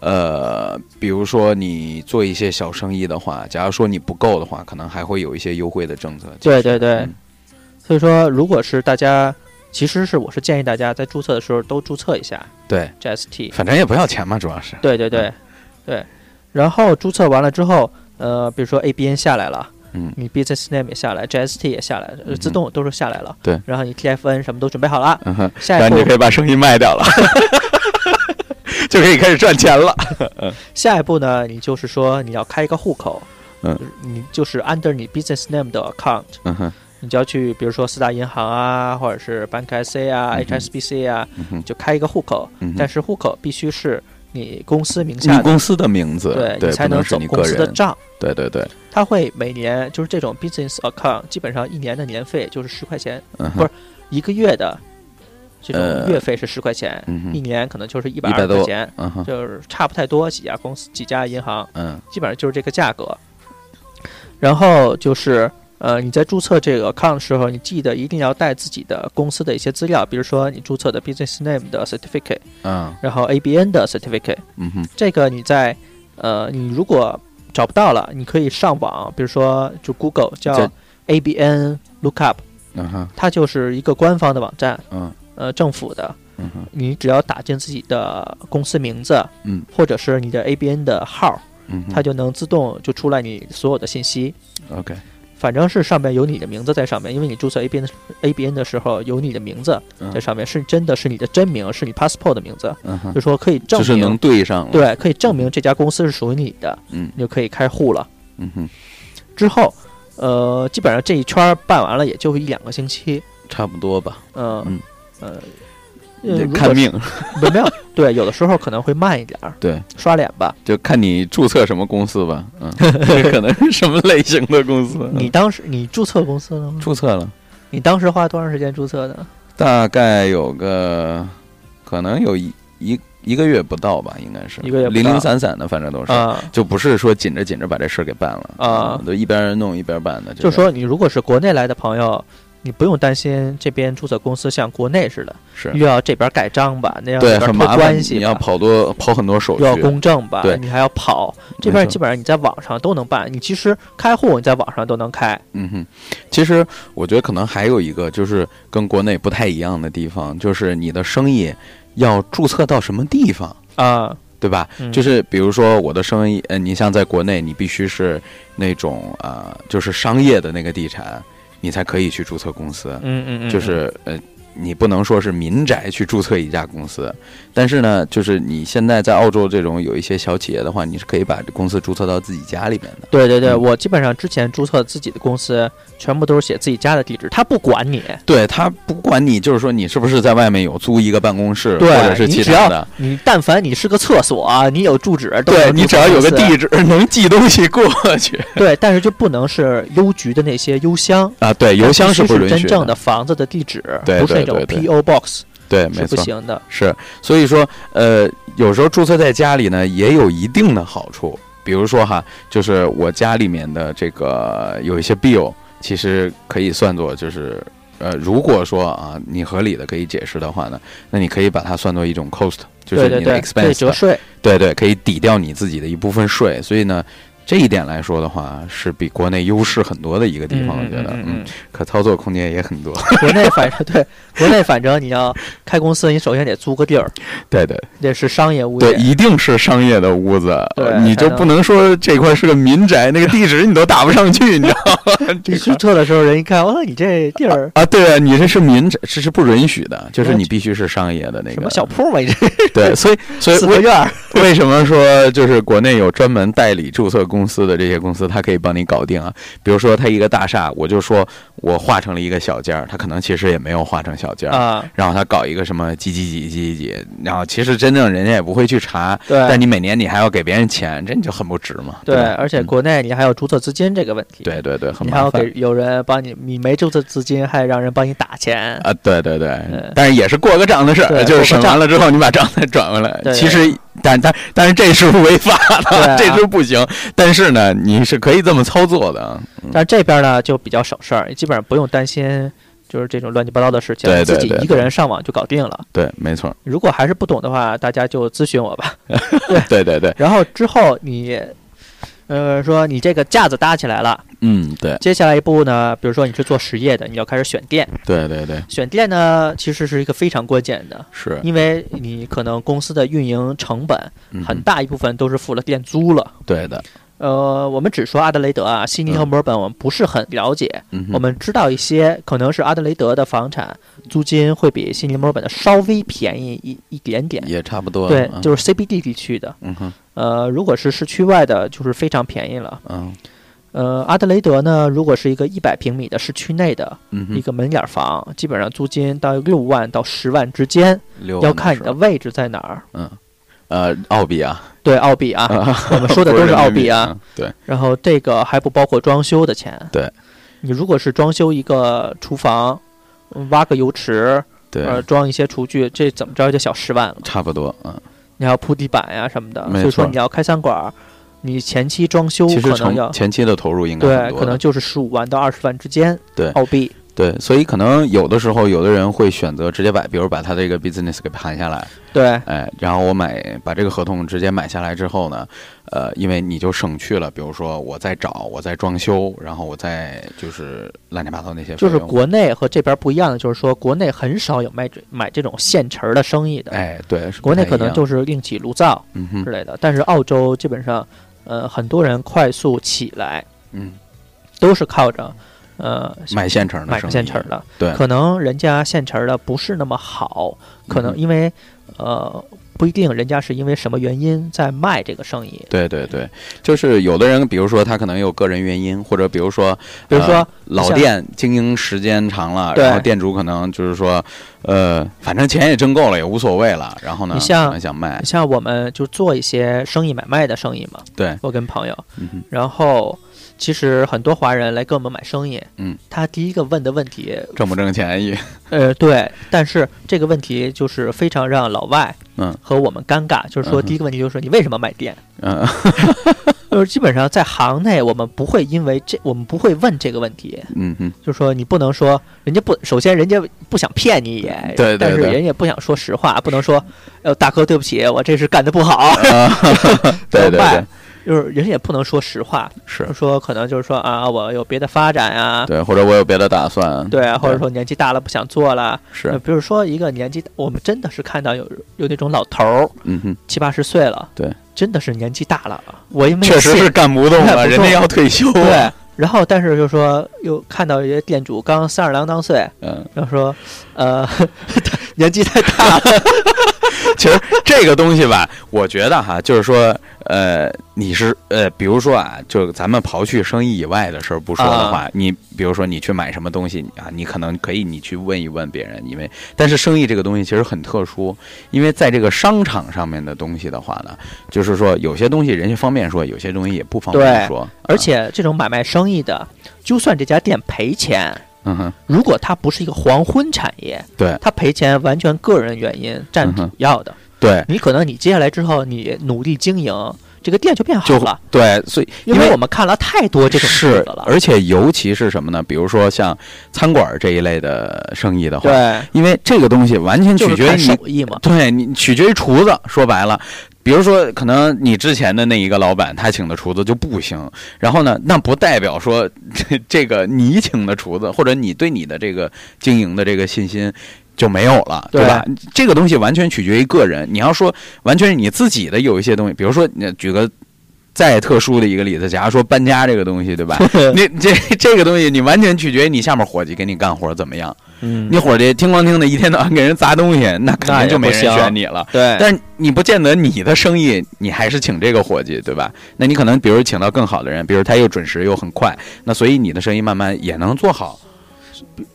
[SPEAKER 4] 呃，比如说你做一些小生意的话，假如说你不够的话，可能还会有一些优惠的政策。
[SPEAKER 3] 对对对
[SPEAKER 4] 嗯。
[SPEAKER 3] 所以说，如果是大家，其实是我是建议大家在注册的时候都注册一下
[SPEAKER 4] 对，
[SPEAKER 3] GST。
[SPEAKER 4] 反正也不要钱嘛，主要是。
[SPEAKER 3] 对对对，对。然后注册完了之后，呃，比如说 ABN 下来了，
[SPEAKER 4] 嗯
[SPEAKER 3] 你 business name 也下来，GST 也下来了，呃自动都是下来了。
[SPEAKER 4] 对
[SPEAKER 3] 然后你 TFN 什么都准备好了，
[SPEAKER 4] 嗯哼，
[SPEAKER 3] 下
[SPEAKER 4] 然
[SPEAKER 3] 一
[SPEAKER 4] 后你就
[SPEAKER 3] 步
[SPEAKER 4] 可以把生意卖掉了， 就可以开始赚钱了。
[SPEAKER 3] 下一步呢，你就是说你要开一个户口，
[SPEAKER 4] 嗯，
[SPEAKER 3] 你就是 under 你 business name 的 account，
[SPEAKER 4] 嗯哼，
[SPEAKER 3] 你就要去比如说四大银行啊，或者是 Bank IC 啊、
[SPEAKER 4] 嗯哼
[SPEAKER 3] HSBC 啊，
[SPEAKER 4] 嗯哼，
[SPEAKER 3] 就开一个户口，
[SPEAKER 4] 嗯哼
[SPEAKER 3] 但是户口必须是你公司名下
[SPEAKER 4] 你
[SPEAKER 3] 的，
[SPEAKER 4] 公司的名字，
[SPEAKER 3] 对
[SPEAKER 4] 对，
[SPEAKER 3] 你才
[SPEAKER 4] 不能是
[SPEAKER 3] 走
[SPEAKER 4] 你个
[SPEAKER 3] 公司的
[SPEAKER 4] 人，
[SPEAKER 3] 账。
[SPEAKER 4] 对对对，
[SPEAKER 3] 它会每年就是这种 business account，基本上一年的年费就是十块钱，
[SPEAKER 4] 嗯
[SPEAKER 3] 不
[SPEAKER 4] 哼
[SPEAKER 3] 是，一个月的这
[SPEAKER 4] 呃
[SPEAKER 3] 种月费是十块钱，
[SPEAKER 4] 嗯
[SPEAKER 3] 一
[SPEAKER 4] 哼，
[SPEAKER 3] 年可能就是一百
[SPEAKER 4] 100
[SPEAKER 3] 二
[SPEAKER 4] 多
[SPEAKER 3] 块钱，
[SPEAKER 4] 嗯哼，
[SPEAKER 3] 就是差不太多。几家公司、几家银行，
[SPEAKER 4] 嗯
[SPEAKER 3] 基本上就是这个价格。然后就是呃，你在注册这个 account 的时候，你记得一定要带自己的公司的一些资料，比如说你注册的 business name 的 certificate，
[SPEAKER 4] 嗯
[SPEAKER 3] 然后 ABN 的 certificate。
[SPEAKER 4] 嗯哼，
[SPEAKER 3] 这个你在呃，你如果找不到了，你可以上网，比如说就 Google
[SPEAKER 4] 在
[SPEAKER 3] 叫 ABN Lookup，
[SPEAKER 4] 嗯哼，
[SPEAKER 3] 它就是一个官方的网站，
[SPEAKER 4] 嗯
[SPEAKER 3] 呃，政府的。
[SPEAKER 4] 嗯哼，
[SPEAKER 3] 你只要打进自己的公司名字，
[SPEAKER 4] 嗯，
[SPEAKER 3] 或者是你的 ABN 的号，
[SPEAKER 4] 嗯哼，嗯
[SPEAKER 3] 它就能自动就出来你所有的信息。
[SPEAKER 4] OK，
[SPEAKER 3] 反正是上面有你的名字在上面，因为你注册 ABN 的 ABN 的时候有你的名字
[SPEAKER 4] 嗯
[SPEAKER 3] 在上面，是真的是你的真名，是你 passport 的名字，
[SPEAKER 4] 嗯哼
[SPEAKER 3] 就，说可以证
[SPEAKER 4] 就是
[SPEAKER 3] 明
[SPEAKER 4] 能对上了，，
[SPEAKER 3] 对，可以证明这家公司是属于你的，
[SPEAKER 4] 嗯
[SPEAKER 3] 你就可以开户了。
[SPEAKER 4] 嗯哼，
[SPEAKER 3] 之后，呃，基本上这一圈儿办完了，也就一两个星期，
[SPEAKER 4] 差不多吧，
[SPEAKER 3] 呃、
[SPEAKER 4] 嗯
[SPEAKER 3] 呃，呃，
[SPEAKER 4] 得
[SPEAKER 3] 如
[SPEAKER 4] 看
[SPEAKER 3] 果
[SPEAKER 4] 命，
[SPEAKER 3] 是 没有对，有的时候可能会慢一点儿，
[SPEAKER 4] 对，
[SPEAKER 3] 刷脸吧。
[SPEAKER 4] 就看你注册什么公司吧，嗯， 这可能是什么类型的公司，
[SPEAKER 3] 你
[SPEAKER 4] 嗯
[SPEAKER 3] 当时你注册公司了吗？
[SPEAKER 4] 注册了，
[SPEAKER 3] 你当时花多长时间注册的？
[SPEAKER 4] 大概有个，可能有一一一个月不到吧，应该是
[SPEAKER 3] 一个月不到
[SPEAKER 4] 零零散散的，反正都是。
[SPEAKER 3] 啊、
[SPEAKER 4] 就不是说紧着紧着把这事儿给办了
[SPEAKER 3] 啊
[SPEAKER 4] 嗯就一边弄一边办的。这
[SPEAKER 3] 就
[SPEAKER 4] 个
[SPEAKER 3] 说你如果是国内来的朋友。你不用担心这边注册公司像国内似的，
[SPEAKER 4] 是
[SPEAKER 3] 又要这边盖章吧，那要
[SPEAKER 4] 对
[SPEAKER 3] 这边
[SPEAKER 4] 很
[SPEAKER 3] 托
[SPEAKER 4] 麻烦，
[SPEAKER 3] 关系
[SPEAKER 4] 你
[SPEAKER 3] 吧
[SPEAKER 4] 要跑多跑很多手
[SPEAKER 3] 又要
[SPEAKER 4] 续，
[SPEAKER 3] 公证吧
[SPEAKER 4] 对，
[SPEAKER 3] 你还要跑，这边
[SPEAKER 4] 没错
[SPEAKER 3] 基本上你在网上都能办，你其实开户你在网上都能开，
[SPEAKER 4] 嗯哼，其实我觉得可能还有一个就是跟国内不太一样的地方，就是你的生意要注册到什么地方，
[SPEAKER 3] 啊，
[SPEAKER 4] 对吧？
[SPEAKER 3] 嗯
[SPEAKER 4] 就是比如说我的生意，呃，你像在国内，你必须是那种呃，就是商业的那个地产，你才可以去注册公司，
[SPEAKER 3] 嗯嗯嗯，
[SPEAKER 4] 就是呃。你不能说是民宅去注册一家公司，但是呢，就是你现在在澳洲这种有一些小企业的话，你是可以把这公司注册到自己家里面的。
[SPEAKER 3] 对对对，
[SPEAKER 4] 嗯
[SPEAKER 3] 我基本上之前注册自己的公司，全部都是写自己家的地址，他不管你，
[SPEAKER 4] 对他不管你，就是说你是不是在外面有租一个办公室，或
[SPEAKER 3] 对
[SPEAKER 4] 者是
[SPEAKER 3] 你
[SPEAKER 4] 其
[SPEAKER 3] 只
[SPEAKER 4] 他
[SPEAKER 3] 要
[SPEAKER 4] 的，
[SPEAKER 3] 你但凡你是个厕所啊，你有住址，都
[SPEAKER 4] 对
[SPEAKER 3] 能
[SPEAKER 4] 你
[SPEAKER 3] 注
[SPEAKER 4] 只
[SPEAKER 3] 册
[SPEAKER 4] 要有个
[SPEAKER 3] 公司，
[SPEAKER 4] 地址 能寄东西过 去
[SPEAKER 3] 对，但是就不能是邮局的那些邮箱，
[SPEAKER 4] 啊。对，邮箱
[SPEAKER 3] 它
[SPEAKER 4] 是
[SPEAKER 3] 必须
[SPEAKER 4] 不
[SPEAKER 3] 是
[SPEAKER 4] 允许
[SPEAKER 3] 真正的房子的地址，
[SPEAKER 4] 对
[SPEAKER 3] 不是那
[SPEAKER 4] 对
[SPEAKER 3] 种
[SPEAKER 4] 对对
[SPEAKER 3] PO box
[SPEAKER 4] 对，
[SPEAKER 3] 是
[SPEAKER 4] 没
[SPEAKER 3] 不
[SPEAKER 4] 错，
[SPEAKER 3] 行的，
[SPEAKER 4] 是。所以说，呃，有时候注册在家里呢，也有一定的好处。比如说哈，就是我家里面的这个有一些 bill，其实可以算作就是。呃，如果说啊，你合理的可以解释的话呢，那你可以把它算作一种 cost，就是
[SPEAKER 3] 对对
[SPEAKER 4] 你的
[SPEAKER 3] 对，可以
[SPEAKER 4] expense
[SPEAKER 3] 折 税，
[SPEAKER 4] 对对，可以抵掉你自己的一部分税，所以呢，这一点来说的话，是比国内优势很多的一个地方，我觉得，嗯，可操作空间也很多。
[SPEAKER 3] 国内反正对，国内反正你要开公司，你首先得租个地儿，
[SPEAKER 4] 对对
[SPEAKER 3] 得是商业物业。
[SPEAKER 4] 对，一定是商业的屋子，
[SPEAKER 3] 对
[SPEAKER 4] 呃你就不能说这块是个民宅，那个地址你都打不上去，你知道吗？
[SPEAKER 3] 你
[SPEAKER 4] 这
[SPEAKER 3] 注
[SPEAKER 4] 块
[SPEAKER 3] 册的时候，人一看，我操，你这地儿
[SPEAKER 4] 啊，对啊，你这是民宅，这是不允许的，就是你必须是商业的 那
[SPEAKER 3] 什么
[SPEAKER 4] 个。
[SPEAKER 3] 小铺嘛，你 这
[SPEAKER 4] 对， 所以所以
[SPEAKER 3] 四合
[SPEAKER 4] 为
[SPEAKER 3] 院儿。
[SPEAKER 4] 为什么说就是国内有专门代理注册公司的这些公司，它可以帮你搞定啊？比如说，它一个大厦，我就说我划成了一个小间儿，它可能其实也没有划成小间儿，
[SPEAKER 3] 啊，
[SPEAKER 4] 然后他搞一个什么几几几几几几，然后其实真正人家也不会去查，
[SPEAKER 3] 对
[SPEAKER 4] 但你每年你还要给别人钱，这你就很不值嘛。
[SPEAKER 3] 对，
[SPEAKER 4] 吧
[SPEAKER 3] 而且
[SPEAKER 4] 嗯
[SPEAKER 3] 国内你还有注册资金这个问题，，
[SPEAKER 4] 对对对，很
[SPEAKER 3] 你还
[SPEAKER 4] 麻
[SPEAKER 3] 要
[SPEAKER 4] 烦
[SPEAKER 3] 给有人帮你，你没注册资金，还让人帮你打钱，
[SPEAKER 4] 啊，对对对
[SPEAKER 3] 对，
[SPEAKER 4] 但是也是过个账的事儿，
[SPEAKER 3] 呃对
[SPEAKER 4] 就是
[SPEAKER 3] 过个
[SPEAKER 4] 审完
[SPEAKER 3] 账
[SPEAKER 4] 了之后你把账再转回来。
[SPEAKER 3] 对
[SPEAKER 4] 其实，但但但是这是违法
[SPEAKER 3] 对
[SPEAKER 4] 的，
[SPEAKER 3] 啊
[SPEAKER 4] 这是不行。但是呢，你是可以这么操作的啊。
[SPEAKER 3] 但这边呢就比较省事儿，基本上不用担心就是这种乱七八糟的事情，
[SPEAKER 4] 对对
[SPEAKER 3] 自己
[SPEAKER 4] 对
[SPEAKER 3] 一个人上网就搞定了。
[SPEAKER 4] 对，没错，
[SPEAKER 3] 如果 还是不懂的话，大家就咨询我吧。
[SPEAKER 4] 对对对，
[SPEAKER 3] 然后之后你呃，说你这个架子搭起来了，
[SPEAKER 4] 嗯，对
[SPEAKER 3] 接下来一步呢，比如说你是做实业的，你要开始选店，
[SPEAKER 4] 对对对，
[SPEAKER 3] 选店呢其实是一个非常关键的，
[SPEAKER 4] 是
[SPEAKER 3] 因为你可能公司的运营成本
[SPEAKER 4] 嗯
[SPEAKER 3] 很大一部分都是付了店租了。
[SPEAKER 4] 对的，
[SPEAKER 3] 呃，我们只说阿德雷德啊，悉尼和
[SPEAKER 4] 嗯
[SPEAKER 3] 墨尔本我们不是很了解，
[SPEAKER 4] 嗯哼，
[SPEAKER 3] 我们知道一些，可能是阿德雷德的房产租金会比悉尼、墨尔本的稍微便宜一一点点。
[SPEAKER 4] 也差不多了，
[SPEAKER 3] 对，
[SPEAKER 4] 嗯
[SPEAKER 3] 就是 CBD 地区的。
[SPEAKER 4] 嗯哼，
[SPEAKER 3] 呃，如果是市区外的，就是非常便宜了。
[SPEAKER 4] 嗯
[SPEAKER 3] 呃，阿德雷德呢，如果是一个一百平米的市区内的
[SPEAKER 4] 嗯
[SPEAKER 3] 一
[SPEAKER 4] 哼，
[SPEAKER 3] 个门脸房，基本上租金到六万到十万之间，
[SPEAKER 4] 六万
[SPEAKER 3] 要看你
[SPEAKER 4] 是
[SPEAKER 3] 的
[SPEAKER 4] 吧
[SPEAKER 3] 位置在哪儿。
[SPEAKER 4] 呃澳币 啊，
[SPEAKER 3] 对，澳币啊， 我们说的都是澳币啊。
[SPEAKER 4] 嗯，对，
[SPEAKER 3] 然后这个还不包括装修的钱。
[SPEAKER 4] 对，
[SPEAKER 3] 你如果是装修一个厨房，嗯挖个油池，呃，
[SPEAKER 4] 对，
[SPEAKER 3] 装一些厨具，这怎么着也得小十万了。
[SPEAKER 4] 差不多，嗯，
[SPEAKER 3] 你还要铺地板呀、什么的，
[SPEAKER 4] 没
[SPEAKER 3] 所以说
[SPEAKER 4] 错
[SPEAKER 3] 你要开餐馆儿，你前期装修
[SPEAKER 4] 其实
[SPEAKER 3] 可能
[SPEAKER 4] 成
[SPEAKER 3] 要
[SPEAKER 4] 前期的投入应该
[SPEAKER 3] 对
[SPEAKER 4] 很，多
[SPEAKER 3] 可
[SPEAKER 4] 的
[SPEAKER 3] 能就是十五万到二十万之间，
[SPEAKER 4] 对
[SPEAKER 3] 澳币。
[SPEAKER 4] 对，所以可能有的时候有的人会选择直接把，比如把他这个 business 给盘下来，
[SPEAKER 3] 对
[SPEAKER 4] 哎，然后我买把这个合同直接买下来之后呢，呃，因为你就省去了，比如说我在找，我在装修，然后我在就是乱七八糟那些费
[SPEAKER 3] 就
[SPEAKER 4] 用，
[SPEAKER 3] 是国内和这边不一样的，就是说国内很少有卖这买这种现成儿的生意的，
[SPEAKER 4] 哎，对，是不
[SPEAKER 3] 国内
[SPEAKER 4] 太
[SPEAKER 3] 可
[SPEAKER 4] 一
[SPEAKER 3] 能
[SPEAKER 4] 样
[SPEAKER 3] 就是另起炉灶
[SPEAKER 4] 嗯
[SPEAKER 3] 之
[SPEAKER 4] 哼，
[SPEAKER 3] 类的，但是澳洲基本上，呃，很多人快速起来
[SPEAKER 4] 嗯，
[SPEAKER 3] 都是靠着，呃，
[SPEAKER 4] 买现成的
[SPEAKER 3] 买
[SPEAKER 4] 生
[SPEAKER 3] 个
[SPEAKER 4] 意
[SPEAKER 3] 现成儿的，
[SPEAKER 4] 对，
[SPEAKER 3] 可能人家现成儿的不是那么好，可能
[SPEAKER 4] 嗯
[SPEAKER 3] 因为呃不一定人家是因为什么原因在卖这个生意，
[SPEAKER 4] 对对对，就是有的人，比如说他可能有个人原因，或者比如说
[SPEAKER 3] 比如说、
[SPEAKER 4] 呃老
[SPEAKER 3] 像
[SPEAKER 4] 店经营时间长了，
[SPEAKER 3] 对
[SPEAKER 4] 然后店主可能就是说，呃，反正钱也挣够了，也无所谓了。然后呢，
[SPEAKER 3] 你像
[SPEAKER 4] 可能想卖
[SPEAKER 3] 你，像我们就做一些生意买卖的生意嘛，
[SPEAKER 4] 对，
[SPEAKER 3] 我跟朋友，
[SPEAKER 4] 嗯哼
[SPEAKER 3] 然后其实很多华人来跟我们买生意，
[SPEAKER 4] 嗯，
[SPEAKER 3] 他第一个问的问题，
[SPEAKER 4] 挣不挣钱也，
[SPEAKER 3] 呃，对，但是这个问题就是非常让老外
[SPEAKER 4] 嗯
[SPEAKER 3] 和我们尴尬，就是
[SPEAKER 4] 嗯
[SPEAKER 3] 说
[SPEAKER 4] 哼
[SPEAKER 3] 第一个问题就是你为什么卖店？
[SPEAKER 4] 嗯，
[SPEAKER 3] 就是基本上在行内，我们不会因为这，我们不会问这个问题，
[SPEAKER 4] 嗯哼，
[SPEAKER 3] 就是说你不能说人家不，首先人家不想骗你也，
[SPEAKER 4] 对对
[SPEAKER 3] 但是
[SPEAKER 4] 对
[SPEAKER 3] 人也不想说实话，不能说，呃，大哥对不起，我这是干的不好，
[SPEAKER 4] 对对
[SPEAKER 3] 卖
[SPEAKER 4] 对，
[SPEAKER 3] 就是人也不能说实话，
[SPEAKER 4] 是
[SPEAKER 3] 就说可能就是说啊，我有别的发展啊，
[SPEAKER 4] 对，或者我有别的打算，
[SPEAKER 3] 对啊，或者说年纪大了不想做了，呃
[SPEAKER 4] 是，
[SPEAKER 3] 比如说一个年纪，我们真的是看到有有那种老头儿
[SPEAKER 4] 嗯哼，
[SPEAKER 3] 七八十岁了，
[SPEAKER 4] 对，
[SPEAKER 3] 真的是年纪大了，啊我也没有
[SPEAKER 4] 确实
[SPEAKER 3] 信
[SPEAKER 4] 是干不 动
[SPEAKER 3] 干
[SPEAKER 4] 了，
[SPEAKER 3] 不
[SPEAKER 4] 人
[SPEAKER 3] 动
[SPEAKER 4] 家要退休了，
[SPEAKER 3] 对，然后但是就说又看到一些店主刚三十郎当岁，
[SPEAKER 4] 嗯，
[SPEAKER 3] 然后说呃 年纪太大 了，
[SPEAKER 4] 其实这个东西吧，我觉得哈，就是说，呃，你是呃，比如说啊，就是咱们刨去生意以外的事儿不说的
[SPEAKER 3] 啊
[SPEAKER 4] 话，你比如说你去买什么东西啊，你可能可以你去问一问别人，因为但是生意这个东西其实很特殊，因为在这个商场上面的东西的话呢，就是说有些东西人家方便说，有些东西也不方便
[SPEAKER 3] 对
[SPEAKER 4] 说，
[SPEAKER 3] 而且这种买卖生意的，就算这家店赔钱。
[SPEAKER 4] 嗯哼，
[SPEAKER 3] 如果它不是一个黄昏产业，
[SPEAKER 4] 对
[SPEAKER 3] 它赔钱完全个人原因占
[SPEAKER 4] 嗯
[SPEAKER 3] 主
[SPEAKER 4] 哼
[SPEAKER 3] 要的。
[SPEAKER 4] 对，
[SPEAKER 3] 你可能你接下来之后，你努力经营，这个店就变好
[SPEAKER 4] 就
[SPEAKER 3] 了，
[SPEAKER 4] 对，所以
[SPEAKER 3] 因
[SPEAKER 4] 因为
[SPEAKER 3] 为我们看了太多这种例
[SPEAKER 4] 是
[SPEAKER 3] 子了。
[SPEAKER 4] 而且尤其是什么呢？比如说像餐馆儿这一类的生意的话，
[SPEAKER 3] 对，
[SPEAKER 4] 因为这个东西完全
[SPEAKER 3] 就是
[SPEAKER 4] 取决于
[SPEAKER 3] 看
[SPEAKER 4] 你，
[SPEAKER 3] 手艺嘛。
[SPEAKER 4] 对你取决于厨子。说白了，比如说，可能你之前的那一个老板他请的厨子就不行，然后呢，那不代表说这 这个你请的厨子或者你对你的这个经营的这个信心。就没有了，对
[SPEAKER 3] 对
[SPEAKER 4] 吧？这个东西完全取决于个人。你要说完全是你自己的有一些东西，比如说，你举个再特殊的一个例子，假如说搬家这个东西，对吧？你 这这个东西，你完全取决于你下面伙计给你干活怎么样。
[SPEAKER 3] 嗯
[SPEAKER 4] 你伙计听光听的，一天到晚给人砸东西， 那肯
[SPEAKER 3] 那
[SPEAKER 4] 定
[SPEAKER 3] 也
[SPEAKER 4] 就没
[SPEAKER 3] 不
[SPEAKER 4] 人
[SPEAKER 3] 行
[SPEAKER 4] 选你了。
[SPEAKER 3] 对
[SPEAKER 4] 但是你不见得你的生意，你还是请这个伙计，对吧？那你可能比如请到更好的人，比如他又准时又很快，那所以你的生意慢慢也能做好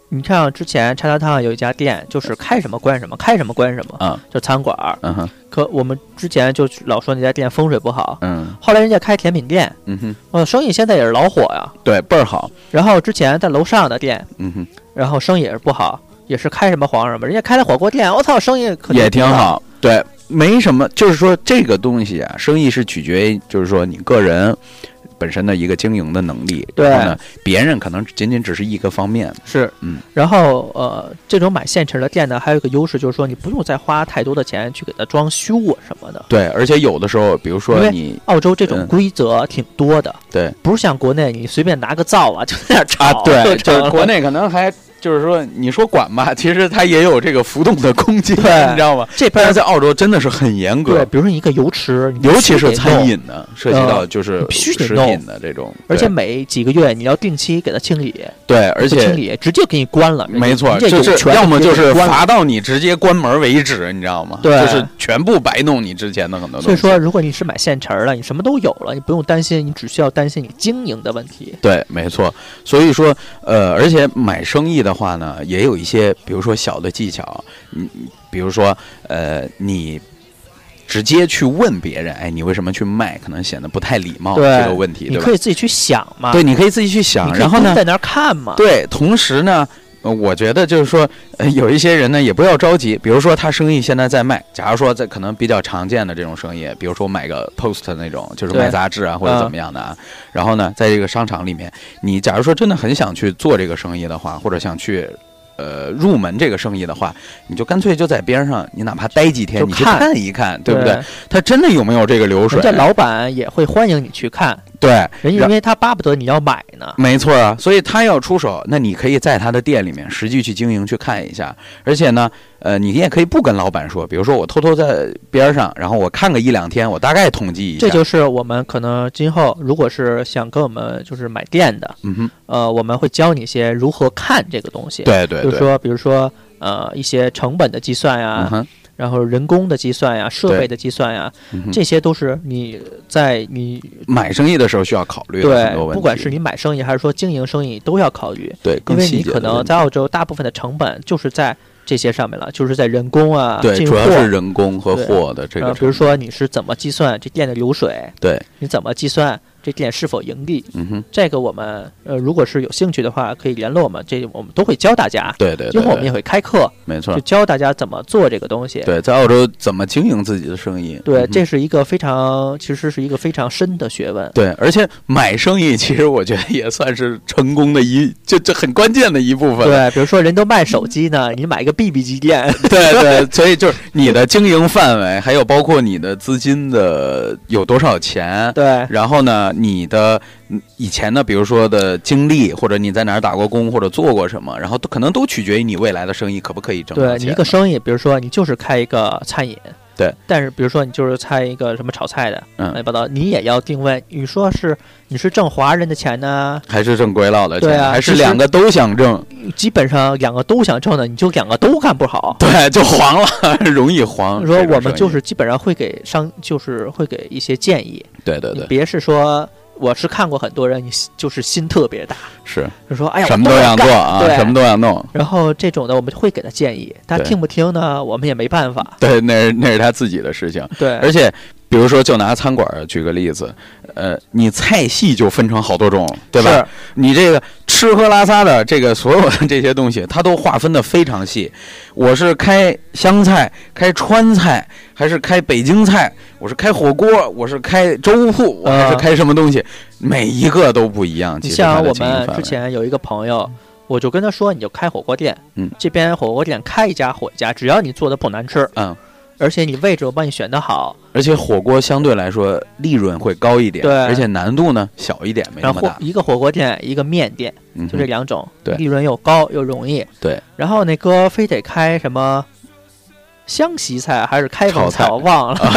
[SPEAKER 3] 你看之前叉烧烫有一家店，就是开什么关什么，开什么关什么，
[SPEAKER 4] 啊。
[SPEAKER 3] 就餐馆儿。
[SPEAKER 4] 嗯哼，
[SPEAKER 3] 可我们之前就老说那家店风水不好，
[SPEAKER 4] 嗯
[SPEAKER 3] 后来人家开甜品店，
[SPEAKER 4] 嗯哼，
[SPEAKER 3] 呃，生意现在也是老火呀。
[SPEAKER 4] 对，倍儿好。
[SPEAKER 3] 然后之前在楼上的店，
[SPEAKER 4] 嗯哼，
[SPEAKER 3] 然后生意也是不好，也是开什么黄什么，人家开的火锅店，我操，生意可
[SPEAKER 4] 也挺。好。对，没什么，就是说这个东西啊，生意是取决于，就是说你个人本身的一个经营的能力。
[SPEAKER 3] 对
[SPEAKER 4] 然后呢，别人可能仅仅只是一个方面。
[SPEAKER 3] 是，
[SPEAKER 4] 嗯，
[SPEAKER 3] 然后呃，这种买现成的店呢，还有一个优势就是说，你不用再花太多的钱去给它装修啊什么的。
[SPEAKER 4] 对，而且有的时候，比如
[SPEAKER 3] 因
[SPEAKER 4] 说
[SPEAKER 3] 为
[SPEAKER 4] 你
[SPEAKER 3] 澳洲这种
[SPEAKER 4] 嗯
[SPEAKER 3] 规则挺多的，
[SPEAKER 4] 对
[SPEAKER 3] 不是像国内你随便拿个灶啊就在那儿炒
[SPEAKER 4] 啊，对，
[SPEAKER 3] 就
[SPEAKER 4] 就是
[SPEAKER 3] 成
[SPEAKER 4] 国
[SPEAKER 3] 了
[SPEAKER 4] 内可能还就是说，你说管吧， 其实它也有这个浮动的空间，
[SPEAKER 3] 对
[SPEAKER 4] 你知道吗？
[SPEAKER 3] 这边
[SPEAKER 4] 但是
[SPEAKER 3] 儿
[SPEAKER 4] 在澳洲真的是很严
[SPEAKER 3] 对，
[SPEAKER 4] 格，
[SPEAKER 3] 比如说你一个油池，你必
[SPEAKER 4] 尤
[SPEAKER 3] 须
[SPEAKER 4] 其是
[SPEAKER 3] 得
[SPEAKER 4] 餐
[SPEAKER 3] 弄，嗯
[SPEAKER 4] 饮的，涉及到就是
[SPEAKER 3] 你必须
[SPEAKER 4] 食
[SPEAKER 3] 得
[SPEAKER 4] 品
[SPEAKER 3] 弄
[SPEAKER 4] 的这种，
[SPEAKER 3] 而且
[SPEAKER 4] 对
[SPEAKER 3] 每几个月你要定期给它清理，
[SPEAKER 4] 对，而
[SPEAKER 3] 不
[SPEAKER 4] 且
[SPEAKER 3] 清理直接给你关了，
[SPEAKER 4] 没错，
[SPEAKER 3] 人家
[SPEAKER 4] 就
[SPEAKER 3] 有
[SPEAKER 4] 是
[SPEAKER 3] 权
[SPEAKER 4] 要么
[SPEAKER 3] 直
[SPEAKER 4] 就
[SPEAKER 3] 接给
[SPEAKER 4] 是
[SPEAKER 3] 你关了
[SPEAKER 4] 罚到你直接关门为止，你知道吗？
[SPEAKER 3] 对
[SPEAKER 4] 就是全部白弄你之前的很多
[SPEAKER 3] 所
[SPEAKER 4] 东
[SPEAKER 3] 以
[SPEAKER 4] 西。
[SPEAKER 3] 说，如果你是买现成儿的，你什么都有了，你不用担心，你只需要担心你经营的问题。
[SPEAKER 4] 对，没错。所以说，呃，而且买生意的话呢，也有一些，比如说小的技巧，你比如说，呃，你直接去问别人，哎，你为什么去卖，可能显得不太礼貌
[SPEAKER 3] 对
[SPEAKER 4] 这个问题，
[SPEAKER 3] 你
[SPEAKER 4] 对吧
[SPEAKER 3] 可？以自己去想嘛，
[SPEAKER 4] 对，你可以自己去想，
[SPEAKER 3] 你可以
[SPEAKER 4] 然后
[SPEAKER 3] 蹲
[SPEAKER 4] 呢，
[SPEAKER 3] 在那儿看嘛，
[SPEAKER 4] 对，同时呢，呃我觉得就是说，呃有一些人呢也不要着急。比如说他生意现在在卖，假如说在可能比较常见的这种生意，比如说买个 post 那种，就是卖
[SPEAKER 3] 对
[SPEAKER 4] 杂志啊或者
[SPEAKER 3] 嗯
[SPEAKER 4] 怎么样的啊。然后呢，在这个商场里面，你假如说真的很想去做这个生意的话，或者想去。呃，入门这个生意的话，你就干脆就在边上，你哪怕待几天，
[SPEAKER 3] 就
[SPEAKER 4] 你去
[SPEAKER 3] 看
[SPEAKER 4] 看一看，对
[SPEAKER 3] 对
[SPEAKER 4] 不对？？他真的有没有这个流水
[SPEAKER 3] 人？家老板也会欢迎你去看，
[SPEAKER 4] 对，
[SPEAKER 3] 人家因为他巴不得你要买呢。
[SPEAKER 4] 没错啊，所以他要出手，那你可以在他的店里面实际去经营去看一下，而且呢，呃，你也可以不跟老板说，比如说我偷偷在边上，然后我看个一两天，我大概统计一下，
[SPEAKER 3] 这就是我们可能今后如果是想跟我们就是买店的，
[SPEAKER 4] 嗯哼，
[SPEAKER 3] 呃，我们会教你一些如何看这个东西，，
[SPEAKER 4] 对对
[SPEAKER 3] 就是
[SPEAKER 4] 对，
[SPEAKER 3] 说，比啊如说呃一些成本的计算呀、
[SPEAKER 4] 嗯哼，
[SPEAKER 3] 然后人工的计算呀、设
[SPEAKER 4] 对
[SPEAKER 3] 备的计算呀，
[SPEAKER 4] 嗯哼
[SPEAKER 3] 这些都是你在你
[SPEAKER 4] 买生意的时候需要考虑的
[SPEAKER 3] 对
[SPEAKER 4] 很多问，题，
[SPEAKER 3] 不管是你买生意还是说经营生意，都要考虑，
[SPEAKER 4] 对
[SPEAKER 3] 因
[SPEAKER 4] 更
[SPEAKER 3] 为
[SPEAKER 4] 细
[SPEAKER 3] 你
[SPEAKER 4] 节
[SPEAKER 3] 可
[SPEAKER 4] 的
[SPEAKER 3] 能
[SPEAKER 4] 问
[SPEAKER 3] 在
[SPEAKER 4] 题，
[SPEAKER 3] 澳洲大部分的成本就是在这些上面了，就是在人工啊、
[SPEAKER 4] 对，
[SPEAKER 3] 进
[SPEAKER 4] 主
[SPEAKER 3] 货
[SPEAKER 4] 要是人工和
[SPEAKER 3] 对
[SPEAKER 4] 货的这个
[SPEAKER 3] 呃，
[SPEAKER 4] 成本，
[SPEAKER 3] 比如说你是怎么计算这店的流水，
[SPEAKER 4] 对，
[SPEAKER 3] 你怎么计算这店是否盈利，
[SPEAKER 4] 嗯哼，
[SPEAKER 3] 这个我们呃，如果是有兴趣的话，可以联络我们，这我们都会教大家。
[SPEAKER 4] 对对
[SPEAKER 3] 今
[SPEAKER 4] 对
[SPEAKER 3] 后我们也
[SPEAKER 4] 对，
[SPEAKER 3] 会开课，
[SPEAKER 4] 没错
[SPEAKER 3] 就，教大家怎么做这个东西。
[SPEAKER 4] 对，在澳洲怎么经营自己的生意，
[SPEAKER 3] 对，
[SPEAKER 4] 嗯哼
[SPEAKER 3] 这是一个非常，其实是一个非常深的学问。
[SPEAKER 4] 对，而且买生意其实我觉得也算是成功的一， 这这很关键的一部分。
[SPEAKER 3] 对，比如说人都卖手机呢，你买一个 BB 机 店，
[SPEAKER 4] 对对，所以就是你的经营范围，还有包括你的资金的有多少钱，
[SPEAKER 3] 对
[SPEAKER 4] 然后呢，你的嗯以前的比如说的经历，或者你在哪儿打过工，或者做过什么，然后都可能都取决于你未来的生意可不可以挣到
[SPEAKER 3] 对，
[SPEAKER 4] 钱。
[SPEAKER 3] 你一个生意，比如说你就是开一个餐饮，
[SPEAKER 4] 对，
[SPEAKER 3] 但是比如说你就是开一个什么炒菜的，
[SPEAKER 4] 嗯
[SPEAKER 3] 乱七八糟，你也要定位，你说是你是挣华人的钱呢，
[SPEAKER 4] 还是挣归老的钱，
[SPEAKER 3] 对啊
[SPEAKER 4] 还是
[SPEAKER 3] 其实
[SPEAKER 4] 两个都想挣，
[SPEAKER 3] 基本上两个都想挣的，你就两个都干不好。
[SPEAKER 4] 对， 就黄了，容易黄。
[SPEAKER 3] 啊说
[SPEAKER 4] 这种
[SPEAKER 3] 我们
[SPEAKER 4] 生意
[SPEAKER 3] 就是基本上会给商，就是会给一些建议。
[SPEAKER 4] 对对
[SPEAKER 3] 你
[SPEAKER 4] 对，
[SPEAKER 3] 别是说我是看过很多人，你心就是心特别大，
[SPEAKER 4] 是
[SPEAKER 3] 就说哎呀
[SPEAKER 4] 什么都
[SPEAKER 3] 要
[SPEAKER 4] 想做
[SPEAKER 3] 干
[SPEAKER 4] 啊，
[SPEAKER 3] 对
[SPEAKER 4] 什么都想弄。
[SPEAKER 3] 然后这种的我们会给他建议，但
[SPEAKER 4] 对
[SPEAKER 3] 听不听呢，我们也没办法。
[SPEAKER 4] 对，那是那是他自己的事情。而
[SPEAKER 3] 对，
[SPEAKER 4] 且，比如说，就拿餐馆儿举个例子，呃，你菜系就分成好多种，对吧？你这个吃喝拉撒的这个所有的这些东西，它都划分的非常细。我是开湘菜、开川菜，还是开北京菜？我是开火锅，我是开粥铺，我还是
[SPEAKER 3] 啊
[SPEAKER 4] 开什么东西？每一个都不一样。
[SPEAKER 3] 你
[SPEAKER 4] 其实它
[SPEAKER 3] 像
[SPEAKER 4] 的
[SPEAKER 3] 我
[SPEAKER 4] 经营
[SPEAKER 3] 们
[SPEAKER 4] 范
[SPEAKER 3] 之
[SPEAKER 4] 围，
[SPEAKER 3] 前有一个朋友，我就跟他说，你就开火锅店，
[SPEAKER 4] 嗯，
[SPEAKER 3] 这边火锅店开一家火一家，只要你做的不难吃，
[SPEAKER 4] 嗯，
[SPEAKER 3] 而且你位置我帮你选的好，
[SPEAKER 4] 而且火锅相对来说利润会高一点，
[SPEAKER 3] 对
[SPEAKER 4] 而且难度呢小一点，没那
[SPEAKER 3] 然
[SPEAKER 4] 么
[SPEAKER 3] 后
[SPEAKER 4] 大
[SPEAKER 3] 火。一个火锅店，一个面店，
[SPEAKER 4] 嗯
[SPEAKER 3] 就
[SPEAKER 4] 哼
[SPEAKER 3] 这两种，
[SPEAKER 4] 对
[SPEAKER 3] 利润又高又容易。
[SPEAKER 4] 对，
[SPEAKER 3] 然后那哥非得开什么湘西菜还是开
[SPEAKER 4] 炒
[SPEAKER 3] 封
[SPEAKER 4] 菜
[SPEAKER 3] 菜，我忘了，
[SPEAKER 4] 啊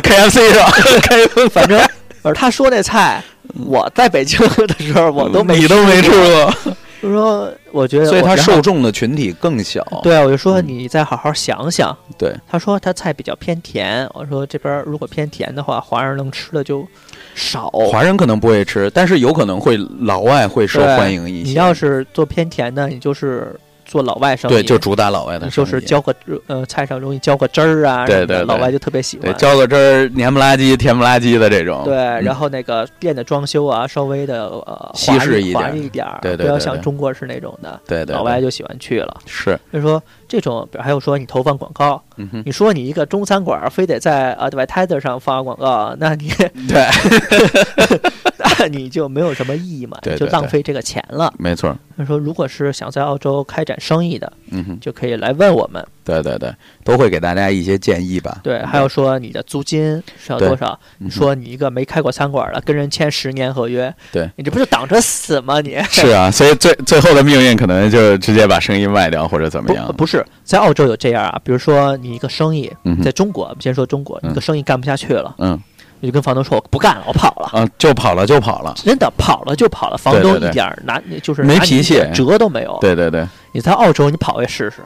[SPEAKER 4] ，KFC 是吧？
[SPEAKER 3] 反正反正他说那菜，我在北京的时候我都没
[SPEAKER 4] 嗯你都没吃过，
[SPEAKER 3] 就说我觉得我，
[SPEAKER 4] 所以他
[SPEAKER 3] 然后
[SPEAKER 4] 受众的群体更小。
[SPEAKER 3] 对我就说
[SPEAKER 4] 嗯
[SPEAKER 3] 你再好好想想。
[SPEAKER 4] 对，
[SPEAKER 3] 他说他菜比较偏甜，我说这边儿如果偏甜的话，华人能吃的就少。
[SPEAKER 4] 华人可能不会吃，但是有可能会老外会受欢迎一些。
[SPEAKER 3] 你要是做偏甜的，你就是做老外生意，
[SPEAKER 4] 对，就主打老外的
[SPEAKER 3] 你
[SPEAKER 4] 生
[SPEAKER 3] 就是
[SPEAKER 4] 意，
[SPEAKER 3] 浇个呃菜上容易浇个汁儿啊，
[SPEAKER 4] 对
[SPEAKER 3] 什么的
[SPEAKER 4] 对对
[SPEAKER 3] 老外就特别喜
[SPEAKER 4] 对
[SPEAKER 3] 欢。
[SPEAKER 4] 浇个汁儿，黏不拉几、甜不拉几的这种。
[SPEAKER 3] 对，
[SPEAKER 4] 嗯
[SPEAKER 3] 然后那个店的装修啊，稍微的呃
[SPEAKER 4] 西
[SPEAKER 3] 华
[SPEAKER 4] 式
[SPEAKER 3] 丽
[SPEAKER 4] 一
[SPEAKER 3] 华
[SPEAKER 4] 点
[SPEAKER 3] 丽一点儿，
[SPEAKER 4] 对
[SPEAKER 3] 不
[SPEAKER 4] 对
[SPEAKER 3] 要
[SPEAKER 4] 对
[SPEAKER 3] 像
[SPEAKER 4] 对
[SPEAKER 3] 中国是那种的，
[SPEAKER 4] 对对对
[SPEAKER 3] 老外就喜欢去了。
[SPEAKER 4] 是，
[SPEAKER 3] 所以说这种，比如还有说你投放广告，
[SPEAKER 4] 嗯哼，
[SPEAKER 3] 你说你一个中嗯餐馆儿非得在 Advertiser 上发广告，那你
[SPEAKER 4] 对，
[SPEAKER 3] 你就没有什么意义嘛，
[SPEAKER 4] 对对
[SPEAKER 3] 就浪费这个钱了。
[SPEAKER 4] 没错，
[SPEAKER 3] 他说，如果是想在澳洲开展生意的，
[SPEAKER 4] 嗯哼，
[SPEAKER 3] 就可以来问我们。
[SPEAKER 4] 对对对，都会给大家一些建议吧。
[SPEAKER 3] 对，还有说你的租金是要
[SPEAKER 4] 嗯对
[SPEAKER 3] 多少？
[SPEAKER 4] 嗯哼
[SPEAKER 3] 说你一个没开过餐馆的，跟人签十年合约，
[SPEAKER 4] 对
[SPEAKER 3] 你这不就挡着死吗？ 你
[SPEAKER 4] 是啊，所以最最后的命运可能就是直接把生意卖掉或者怎么样
[SPEAKER 3] 不。不是在澳洲有这样啊，比如说你一个生意
[SPEAKER 4] 嗯，哼
[SPEAKER 3] 在中国，我们先说中国，你一个生意干不下去了，
[SPEAKER 4] 嗯
[SPEAKER 3] 你就跟房东说我不干了，我跑了。
[SPEAKER 4] 啊，就跑了就跑了。
[SPEAKER 3] 真的跑了就跑了，房
[SPEAKER 4] 对对
[SPEAKER 3] 东
[SPEAKER 4] 对
[SPEAKER 3] 一点儿拿你就是拿
[SPEAKER 4] 没
[SPEAKER 3] 你
[SPEAKER 4] 脾
[SPEAKER 3] 一
[SPEAKER 4] 气
[SPEAKER 3] 点辙都没有。
[SPEAKER 4] 对对对，
[SPEAKER 3] 你在澳洲，你跑也试试，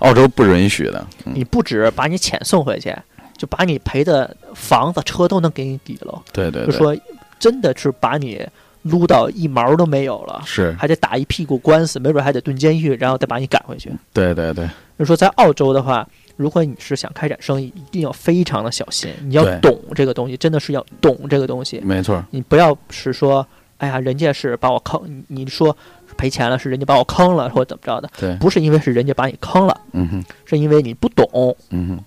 [SPEAKER 4] 澳洲不允许的。嗯，
[SPEAKER 3] 你不止把你钱送回去，就把你赔的房子、车都能给你抵了。
[SPEAKER 4] 对对
[SPEAKER 3] 就
[SPEAKER 4] 对，
[SPEAKER 3] 说真的是把你撸到一毛都没有了，
[SPEAKER 4] 是，
[SPEAKER 3] 还得打一屁股官司，没准还得蹲监狱，然后再把你赶回去。
[SPEAKER 4] 对对对，
[SPEAKER 3] 就说在澳洲的话，如果你是想开展生意，一定要非常的小心，你要
[SPEAKER 4] 对嗯
[SPEAKER 3] 懂这个东西，真的是要懂这个东西。
[SPEAKER 4] 没错。
[SPEAKER 3] 你不要是说，哎呀，人家是把我坑，你你说赔钱了是人家把我坑了，或者怎么着的，
[SPEAKER 4] 对，
[SPEAKER 3] 不是因为是人家把你坑了，
[SPEAKER 4] 嗯哼，
[SPEAKER 3] 是因为你不懂
[SPEAKER 4] 嗯哼。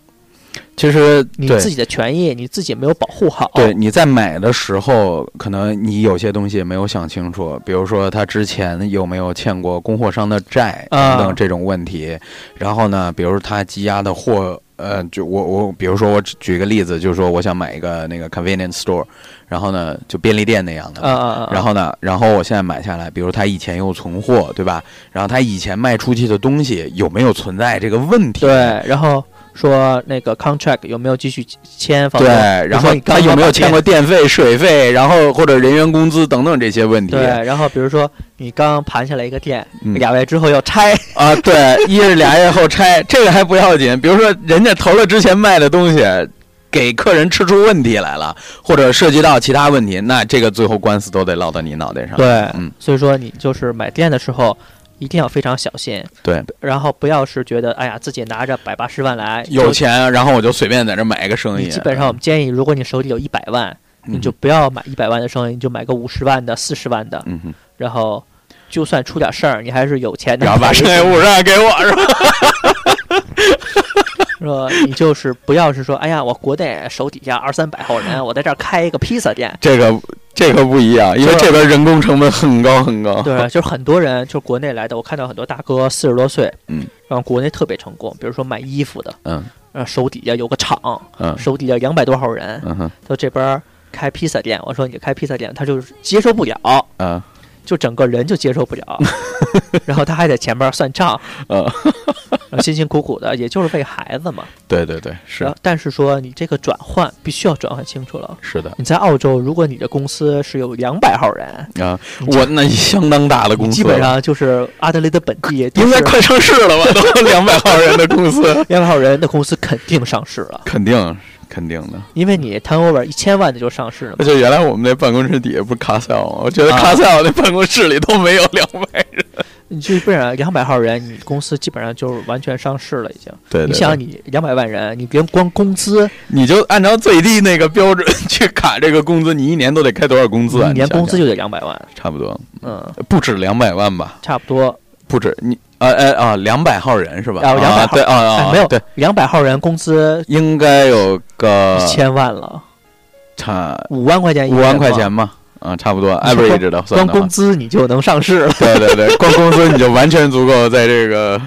[SPEAKER 4] 其实
[SPEAKER 3] 你
[SPEAKER 4] 对
[SPEAKER 3] 自己的哦权益，你自己没有保护好。
[SPEAKER 4] 对，你在买的时候，可能你有些东西没有想清楚，比如说他之前有没有欠过供货商的债
[SPEAKER 3] 啊
[SPEAKER 4] 等等这种问题。然后呢，比如他积压的货，呃，就我我，比如说我只举个例子，就是说我想买一个那个 convenience store，然后呢就便利店那样的，
[SPEAKER 3] 啊啊啊！
[SPEAKER 4] 然后呢，然后我现在买下来，比如他以前有存货，对吧？然后他以前卖出去的东西有没有存在这个问题？
[SPEAKER 3] 对，然后说那个 contract 有没有继续签？房
[SPEAKER 4] 对
[SPEAKER 3] 东，比
[SPEAKER 4] 然
[SPEAKER 3] 如
[SPEAKER 4] 后
[SPEAKER 3] 说你刚
[SPEAKER 4] 他
[SPEAKER 3] 刚
[SPEAKER 4] 有没有
[SPEAKER 3] 把
[SPEAKER 4] 欠过电费、水费，然后或者人员工资等等这些问题？
[SPEAKER 3] 对，然后比如说你刚盘下来一个店，
[SPEAKER 4] 嗯
[SPEAKER 3] 俩月之后要拆，
[SPEAKER 4] 啊，对，一是俩月后拆，这个还不要紧。比如说人家投了之前卖的东西，给客人吃出问题来了，或者涉及到其他问题，那这个最后官司都得落到你脑袋上。
[SPEAKER 3] 对，
[SPEAKER 4] 嗯，
[SPEAKER 3] 所以说你就是买店的时候一定要非常小心，
[SPEAKER 4] 对，
[SPEAKER 3] 然后不要是觉得哎呀自己拿着百八十万来
[SPEAKER 4] 有
[SPEAKER 3] 就
[SPEAKER 4] 钱，然后我就随便在这买一个生
[SPEAKER 3] 你
[SPEAKER 4] 意。啊嗯
[SPEAKER 3] 基本上我们建议，如果你手里有一百万，你就不要买一百万的生意，你就买个五十万的、四十万的，
[SPEAKER 4] 嗯哼。
[SPEAKER 3] 然后就算出点事儿，你还是有钱的。
[SPEAKER 4] 然后把剩 下五十万给我，是吧？
[SPEAKER 3] 说你就是不要是说，哎呀，我国内手底下二三百号人，我在这儿开一个披萨店。
[SPEAKER 4] 这个这个不一样，因为这边人工成本很高很高。
[SPEAKER 3] 对，就是很多人，就是国内来的，我看到很多大哥四十多岁，
[SPEAKER 4] 嗯，
[SPEAKER 3] 然后国内特别成功，比如说卖衣服的，
[SPEAKER 4] 嗯
[SPEAKER 3] 呃，手底下有个厂，
[SPEAKER 4] 嗯
[SPEAKER 3] 手底下两百多号人，
[SPEAKER 4] 嗯哼
[SPEAKER 3] 到这边儿开披萨店，我说你开披萨店，他就是接受不了，
[SPEAKER 4] 嗯
[SPEAKER 3] 就整个人就接受不 了，然后他还在前面算账，
[SPEAKER 4] 嗯，
[SPEAKER 3] 然 后辛辛苦苦的，也就是为孩子嘛。
[SPEAKER 4] 对对对，是
[SPEAKER 3] 然后但是说你这个转换必须要转换清楚了。
[SPEAKER 4] 是的
[SPEAKER 3] 你在澳洲，如果你的公司是有两百号人，
[SPEAKER 4] 啊，
[SPEAKER 3] 你
[SPEAKER 4] 我那相当大的公
[SPEAKER 3] 你
[SPEAKER 4] 司，
[SPEAKER 3] 基本上就是阿德雷德本地
[SPEAKER 4] 应该快上市了吧？ 都两百号人的公司，
[SPEAKER 3] 两百号人的公司肯定上市了，
[SPEAKER 4] 肯定肯定的。
[SPEAKER 3] 因为你 turnover 一千万的就上市了嘛
[SPEAKER 4] 而。且原来我们那办公室底下不是卡塞尔吗？我觉得
[SPEAKER 3] 啊
[SPEAKER 4] 卡塞尔那办公室里都没有两百 人。
[SPEAKER 3] 你基本上两百号人，你公司基本上就是完全上市了已经。
[SPEAKER 4] 对
[SPEAKER 3] 你想，你两百万人，你连光工资，
[SPEAKER 4] 你就按照最低那个标准去卡这个工资，你一年都得开多少工资啊？
[SPEAKER 3] 你年
[SPEAKER 4] 想想
[SPEAKER 3] 工资就得两百万，
[SPEAKER 4] 差不多，
[SPEAKER 3] 嗯，
[SPEAKER 4] 不止两百万吧？
[SPEAKER 3] 差不多。
[SPEAKER 4] 不止你呃呃啊，两百号人是吧？
[SPEAKER 3] 啊200
[SPEAKER 4] 啊
[SPEAKER 3] 号
[SPEAKER 4] 对啊啊
[SPEAKER 3] 哎
[SPEAKER 4] 啊，
[SPEAKER 3] 没有
[SPEAKER 4] 对，
[SPEAKER 3] 两百号人工资
[SPEAKER 4] 应该有个
[SPEAKER 3] 一千万了，
[SPEAKER 4] 差
[SPEAKER 3] 五万块钱一
[SPEAKER 4] 呃五
[SPEAKER 3] 年嘛，
[SPEAKER 4] 万块钱吧，啊，差不多
[SPEAKER 3] 你说
[SPEAKER 4] average 的
[SPEAKER 3] 光
[SPEAKER 4] 算的话
[SPEAKER 3] 工，资你就能上市了。
[SPEAKER 4] 对对对， 光工资你就完全足够在这个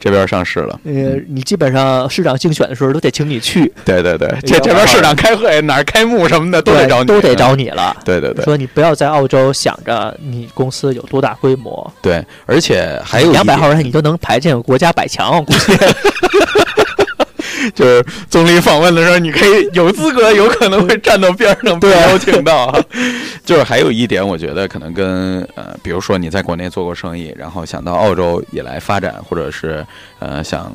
[SPEAKER 4] 这边上市了，
[SPEAKER 3] 呃，你基本上市长竞选的时候都得请你去，
[SPEAKER 4] 对对对，这
[SPEAKER 3] 200
[SPEAKER 4] 这边市长开会哪儿开幕什么的都
[SPEAKER 3] 对
[SPEAKER 4] 得找你，
[SPEAKER 3] 都得，找你了。
[SPEAKER 4] 对对对
[SPEAKER 3] 说你不要在澳洲想着你公司有多大规模，
[SPEAKER 4] 对，而且还有一
[SPEAKER 3] 两百
[SPEAKER 4] 点
[SPEAKER 3] 号人你都能排进国家百强，我估计
[SPEAKER 4] 就是总理访问的时候，你可以有资格，有可能会站到边上被邀请到啊。 就是还有一点，我觉得可能跟呃，比如说你在国内做过生意，然后想到澳洲也来发展，或者是呃想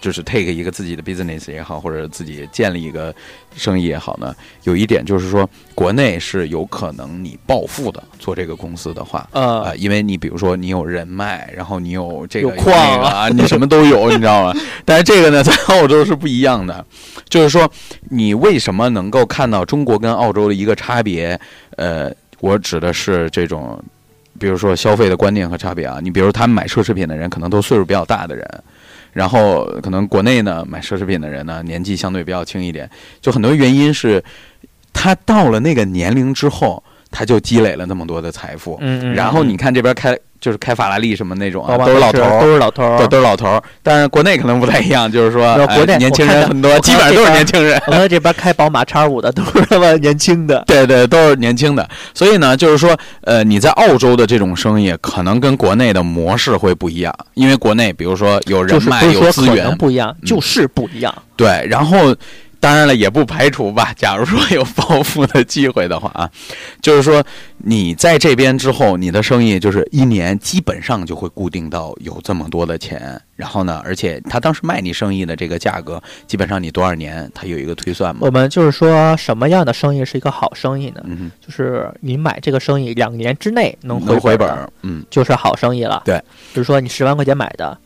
[SPEAKER 4] 就是 take 一个自己的 business 也好，或者自己建立一个生意也好呢，有一点就是说，国内是有可能你暴富的，做这个公司的话，啊、
[SPEAKER 3] 呃，
[SPEAKER 4] 因为你比如说你有人脉，然后你有这个
[SPEAKER 3] 有矿啊
[SPEAKER 4] 那个啊，你什么都 有，你知道吗？但是这个呢，在 澳洲是不一样的，就是说你为什么能够看到中国跟澳洲的一个差别？呃，我指的是这种，比如说消费的观念和差别啊。你比如他们买奢侈品的人，可能都岁数比较大的人。然后可能国内呢买奢侈品的人呢年纪相对比较轻一点，就很多原因是，他到了那个年龄之后，他就积累了那么多的财富。
[SPEAKER 3] 嗯嗯，
[SPEAKER 4] 然后你看这边开就是开法拉利什么那种、啊，
[SPEAKER 3] 老板
[SPEAKER 4] 都是老头
[SPEAKER 3] 都
[SPEAKER 4] 儿，
[SPEAKER 3] 都是老头儿
[SPEAKER 4] 对，。都是老头儿。但是国内可能不太一样，就是说
[SPEAKER 3] 那，
[SPEAKER 4] 哎
[SPEAKER 3] 国内
[SPEAKER 4] 年轻
[SPEAKER 3] 我看
[SPEAKER 4] 人
[SPEAKER 3] 到
[SPEAKER 4] 很多，基本上都是年轻人。
[SPEAKER 3] 我看这边开宝马叉五的都是他妈年轻的，
[SPEAKER 4] 对对，都是年轻的，所以呢，就是说，呃，你在澳洲的这种生意可能跟国内的模式会不一样，因为国内比如说有
[SPEAKER 3] 就
[SPEAKER 4] 人
[SPEAKER 3] 是
[SPEAKER 4] 脉、
[SPEAKER 3] 不是
[SPEAKER 4] 有
[SPEAKER 3] 说
[SPEAKER 4] 资
[SPEAKER 3] 可能
[SPEAKER 4] 源，嗯
[SPEAKER 3] 不一样，就是不一样。
[SPEAKER 4] 对，然后当然了，也不排除吧， 假如说有暴富的机会的话啊，就是说你在这边之后，你的生意就是一年基本上就会固定到有这么多的钱，然后呢，而且他当时卖你生意的这个价格，基本上你多少年，他有一个推算嘛
[SPEAKER 3] 我，们就是说什么样的生意是一个好生意呢？
[SPEAKER 4] 嗯哼，
[SPEAKER 3] 就是你买这个生意两年之内能
[SPEAKER 4] 能回
[SPEAKER 3] 本
[SPEAKER 4] 本
[SPEAKER 3] 儿
[SPEAKER 4] 儿，嗯，
[SPEAKER 3] 就是好生意了。
[SPEAKER 4] 对，
[SPEAKER 3] 比如说你十万块钱买的，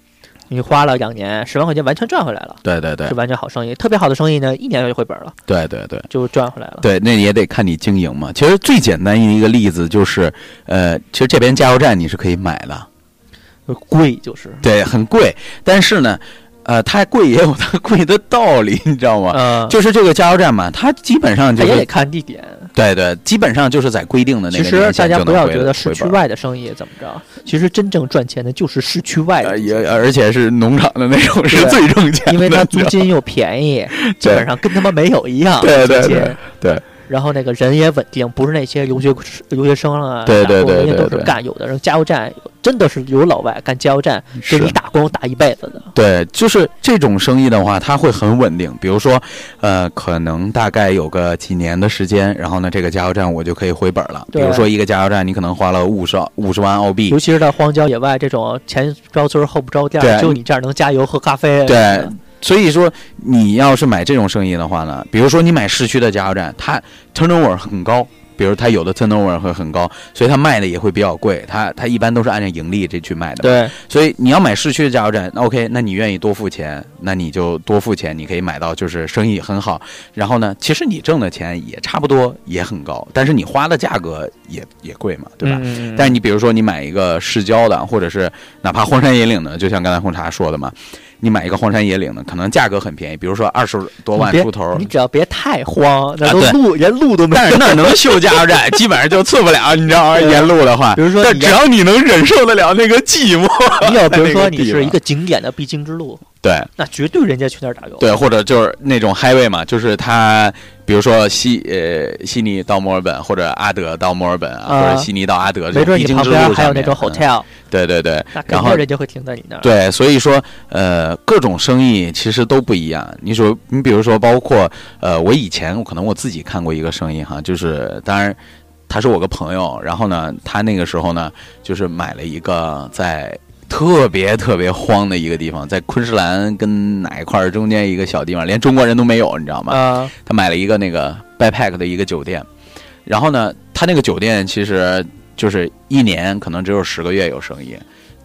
[SPEAKER 3] 你花了两年，十万块钱完全赚回来了，
[SPEAKER 4] 对对对
[SPEAKER 3] 是完全好生意。特别好的生意呢，一年就回本了，
[SPEAKER 4] 对对对。
[SPEAKER 3] 就赚回来了。
[SPEAKER 4] 对，那也得看你经营嘛。其实最简单一个例子就是，呃，其实这边加油站你是可以买的，
[SPEAKER 3] 贵就是，
[SPEAKER 4] 对，很贵，但是呢，呃，它贵也有它贵的道理， 你知道吗？
[SPEAKER 3] 嗯，
[SPEAKER 4] 就是这个加油站嘛，它基本上就
[SPEAKER 3] 它也
[SPEAKER 4] 是
[SPEAKER 3] 得看地点。
[SPEAKER 4] 对对，基本上就是在规定的那
[SPEAKER 3] 其
[SPEAKER 4] 个
[SPEAKER 3] 实
[SPEAKER 4] 年
[SPEAKER 3] 大
[SPEAKER 4] 限
[SPEAKER 3] 家
[SPEAKER 4] 就
[SPEAKER 3] 不
[SPEAKER 4] 能
[SPEAKER 3] 要
[SPEAKER 4] 回
[SPEAKER 3] 觉得市
[SPEAKER 4] 回
[SPEAKER 3] 区
[SPEAKER 4] 本儿
[SPEAKER 3] 外的生意怎么着，其实真正赚钱的就是市区外的
[SPEAKER 4] 呃，
[SPEAKER 3] 这
[SPEAKER 4] 也
[SPEAKER 3] 些，
[SPEAKER 4] 而且是农场的那种是
[SPEAKER 3] 对
[SPEAKER 4] 最挣钱的，
[SPEAKER 3] 因为它
[SPEAKER 4] 你
[SPEAKER 3] 租
[SPEAKER 4] 知道
[SPEAKER 3] 金又便宜，基本上跟他妈没有一样。
[SPEAKER 4] 对对
[SPEAKER 3] 租金
[SPEAKER 4] 对 对
[SPEAKER 3] 然后那个人也稳定，不是那些留学留学生啊，
[SPEAKER 4] 对对
[SPEAKER 3] 打工
[SPEAKER 4] 对
[SPEAKER 3] 人家
[SPEAKER 4] 对
[SPEAKER 3] 都是
[SPEAKER 4] 对
[SPEAKER 3] 干有的人加油站，真的是有老外干加油站，给
[SPEAKER 4] 是嗯
[SPEAKER 3] 你打工打一辈子的。
[SPEAKER 4] 对，就是这种生意的话，它会很稳定。比如说，呃，可能大概有个几年的时间，然后呢，这个加油站我就可以回本了。比
[SPEAKER 3] 对
[SPEAKER 4] 如说，一个加油站你可能花了五十五十万澳币
[SPEAKER 3] 尤，其是在荒郊野外这种前不着村后不着店
[SPEAKER 4] 对，
[SPEAKER 3] 就你这儿能加油喝咖啡。啊
[SPEAKER 4] 对，所以说你要是买这种生意的话呢，比如说你买市区的加油站，它 turnover 很高。比如它有的 turnover 会很高，所以它卖的也会比较贵。它它一般都是按照盈利这去卖的。
[SPEAKER 3] 对，
[SPEAKER 4] 所以你要买市区的加油站，那 OK，那你愿意多付钱，那你就多付钱，你可以买到就是生意很好。然后呢，其实你挣的钱也差不多，也很高，但是你花的价格也也贵嘛，对吧？
[SPEAKER 3] 嗯
[SPEAKER 4] 但是你比如说你买一个市郊的，或者是哪怕荒山野岭的，就像刚才红茶说的嘛，你买一个荒山野岭的，可能价格很便宜，比如说二十多万
[SPEAKER 3] 你别
[SPEAKER 4] 出头
[SPEAKER 3] 你。只要别太荒，那
[SPEAKER 4] 啊
[SPEAKER 3] 都
[SPEAKER 4] 对
[SPEAKER 3] 路连路都没
[SPEAKER 4] 但是
[SPEAKER 3] 有。
[SPEAKER 4] 那能修加油站，基本上就次不了，你知道吗？
[SPEAKER 3] 对啊
[SPEAKER 4] 沿路的话，
[SPEAKER 3] 比如说
[SPEAKER 4] 但
[SPEAKER 3] 你
[SPEAKER 4] 只要你能忍受得了那个寂寞，
[SPEAKER 3] 你要比如
[SPEAKER 4] 那
[SPEAKER 3] 说
[SPEAKER 4] 个
[SPEAKER 3] 你
[SPEAKER 4] 地
[SPEAKER 3] 是一
[SPEAKER 4] 方
[SPEAKER 3] 个景点的必经之路，
[SPEAKER 4] 对，
[SPEAKER 3] 那绝对人家去那儿打油。
[SPEAKER 4] 对，或者就是那种 highway 嘛，就是它，比如说悉呃悉尼到墨尔本，或者阿德到墨尔本啊，
[SPEAKER 3] 啊
[SPEAKER 4] 或者悉尼到阿德这
[SPEAKER 3] 没
[SPEAKER 4] 种
[SPEAKER 3] 准
[SPEAKER 4] 必
[SPEAKER 3] 你
[SPEAKER 4] 经
[SPEAKER 3] 旁
[SPEAKER 4] 之路
[SPEAKER 3] 边还有
[SPEAKER 4] 上
[SPEAKER 3] 那
[SPEAKER 4] 面
[SPEAKER 3] 种
[SPEAKER 4] 嗯
[SPEAKER 3] hotel，
[SPEAKER 4] 对对对
[SPEAKER 3] 那，肯
[SPEAKER 4] 然后
[SPEAKER 3] 定人家会停在你那儿。
[SPEAKER 4] 对，所以说呃各种生意其实都不一样。你说你比如说包括呃我以前可能我自己看过一个生意哈，就是当然。他是我个朋友，然后呢，他那个时候呢，就是买了一个在特别特别荒的一个地方，在昆士兰跟哪一块儿中间一个小地方，连中国人都没有，你知道吗？
[SPEAKER 3] 啊，
[SPEAKER 4] 他买了一个那个 backpack 的一个酒店，然后呢，他那个酒店其实就是一年可能只有十个月有生意，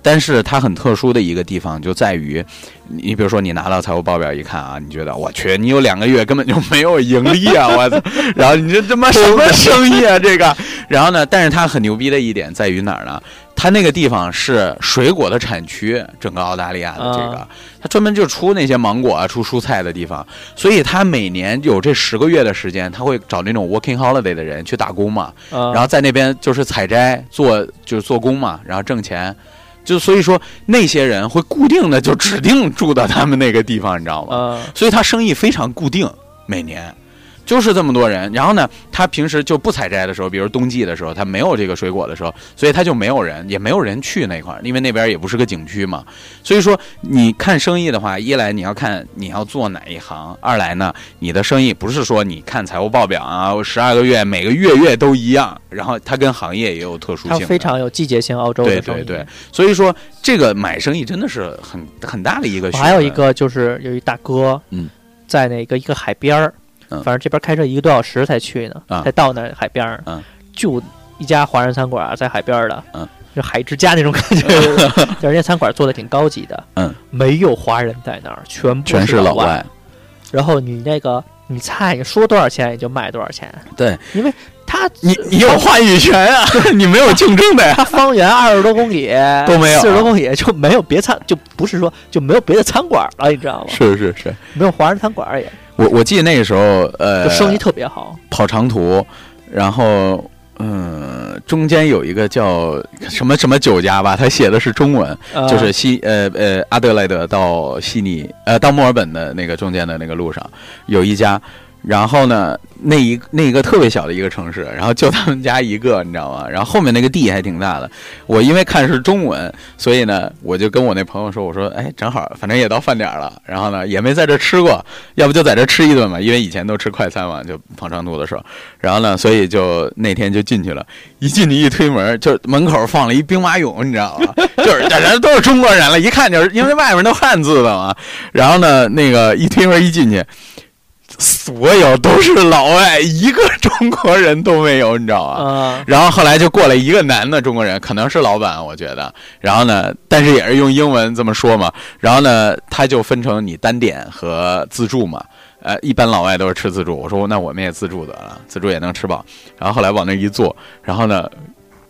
[SPEAKER 4] 但是它很特殊的一个地方就在于，你你比如说你拿到财务报表一看啊，你觉得我去，你有两个月根本就没有盈利啊，我操！然后你这他妈什么生意啊这个？然后呢，但是它很牛逼的一点在于哪儿呢？它那个地方是水果的产区，整个澳大利亚的这个
[SPEAKER 3] 啊，
[SPEAKER 4] 它专门就出那些芒果啊、出蔬菜的地方，所以它每年有这十个月的时间，他会找那种 working holiday 的人去打工嘛，
[SPEAKER 3] 然
[SPEAKER 4] 然后在那边就是采摘做就是做工嘛，然后挣钱，就所以说那些人会固定的就指定住到他们那个地方，你知道吗？
[SPEAKER 3] 啊，
[SPEAKER 4] 所以他生意非常固定，每年就是这么多人。然后呢，他平时就不采摘的时候，比如冬季的时候，他没有这个水果的时候，所以他就没有人，也没有人去那块儿，因为那边也不是个景区嘛。所以说，你看生意的话，一来你要看你要做哪一行，二来呢，你的生意不是说你看财务报表啊，十二个月每个月月都一样，然后它跟行业也有特殊
[SPEAKER 3] 它
[SPEAKER 4] 性的。
[SPEAKER 3] 非常有季节性。澳洲
[SPEAKER 4] 对
[SPEAKER 3] 的生
[SPEAKER 4] 对
[SPEAKER 3] 意，
[SPEAKER 4] 对，所以说这个买生意真的是很很大的一个
[SPEAKER 3] 我
[SPEAKER 4] 学问。
[SPEAKER 3] 还有一个就是有一大哥，
[SPEAKER 4] 嗯，
[SPEAKER 3] 在那个一个海边儿，
[SPEAKER 4] 嗯
[SPEAKER 3] 反正这边开车一个多小时才去呢，
[SPEAKER 4] 啊
[SPEAKER 3] 才到那海边儿，
[SPEAKER 4] 嗯
[SPEAKER 3] 就一家华人餐馆儿在海边儿的，
[SPEAKER 4] 嗯，
[SPEAKER 3] 就海之家那种感 觉，就是人家餐馆做的挺高级的，
[SPEAKER 4] 嗯，
[SPEAKER 3] 没有华人在那儿，全部
[SPEAKER 4] 全
[SPEAKER 3] 是
[SPEAKER 4] 是老
[SPEAKER 3] 外，
[SPEAKER 4] 外，
[SPEAKER 3] 然后你那个你菜你说多少钱也就卖多少钱，
[SPEAKER 4] 对，
[SPEAKER 3] 因为他
[SPEAKER 4] 你你有话语权啊， 你没有竞争的呀。
[SPEAKER 3] 它方圆二十多公里
[SPEAKER 4] 都没有
[SPEAKER 3] 四十多公里就没有别餐，就不是说就没有别的餐馆了，你知道吗？
[SPEAKER 4] 是是是，
[SPEAKER 3] 没有华人餐馆也，
[SPEAKER 4] 我我记得那个时候，呃，
[SPEAKER 3] 就生意特别好。
[SPEAKER 4] 跑长途，然后嗯，中间有一个叫什么什么酒家吧，他写的是中文，
[SPEAKER 3] 呃
[SPEAKER 4] 就是悉呃呃阿德莱德到悉尼呃到墨尔本的那个中间的那个路上有一家，然后呢那一那一个特别小的一个城市，然后就他们家一个，你知道吗？然后后面那个地还挺大的，我因为看是中文，所以呢我就跟我那朋友说，我说哎正好反正也到饭点儿了，然后呢也没在这吃过，要不就在这吃一顿吧，因为以前都吃快餐嘛，就跑长途的时候，然后呢所以就那天就进去了。一进去一推门，就是门口放了一兵马俑，你知道吗？就是这人都是中国人了，一看就是因为外面都汉字的嘛。然后呢，那个一推门一进去，所有都是老外，一个中国人都没有，你知道吗？
[SPEAKER 3] 啊
[SPEAKER 4] 然后后来就过来一个男的中国人，可能是老板，我觉得。然后呢，但是也是用英文这么说嘛。然后呢，他就分成你单点和自助嘛。呃，一般老外都是吃自助，我说那我们也自助得了，自助也能吃饱。然后后来往那一坐，然后呢，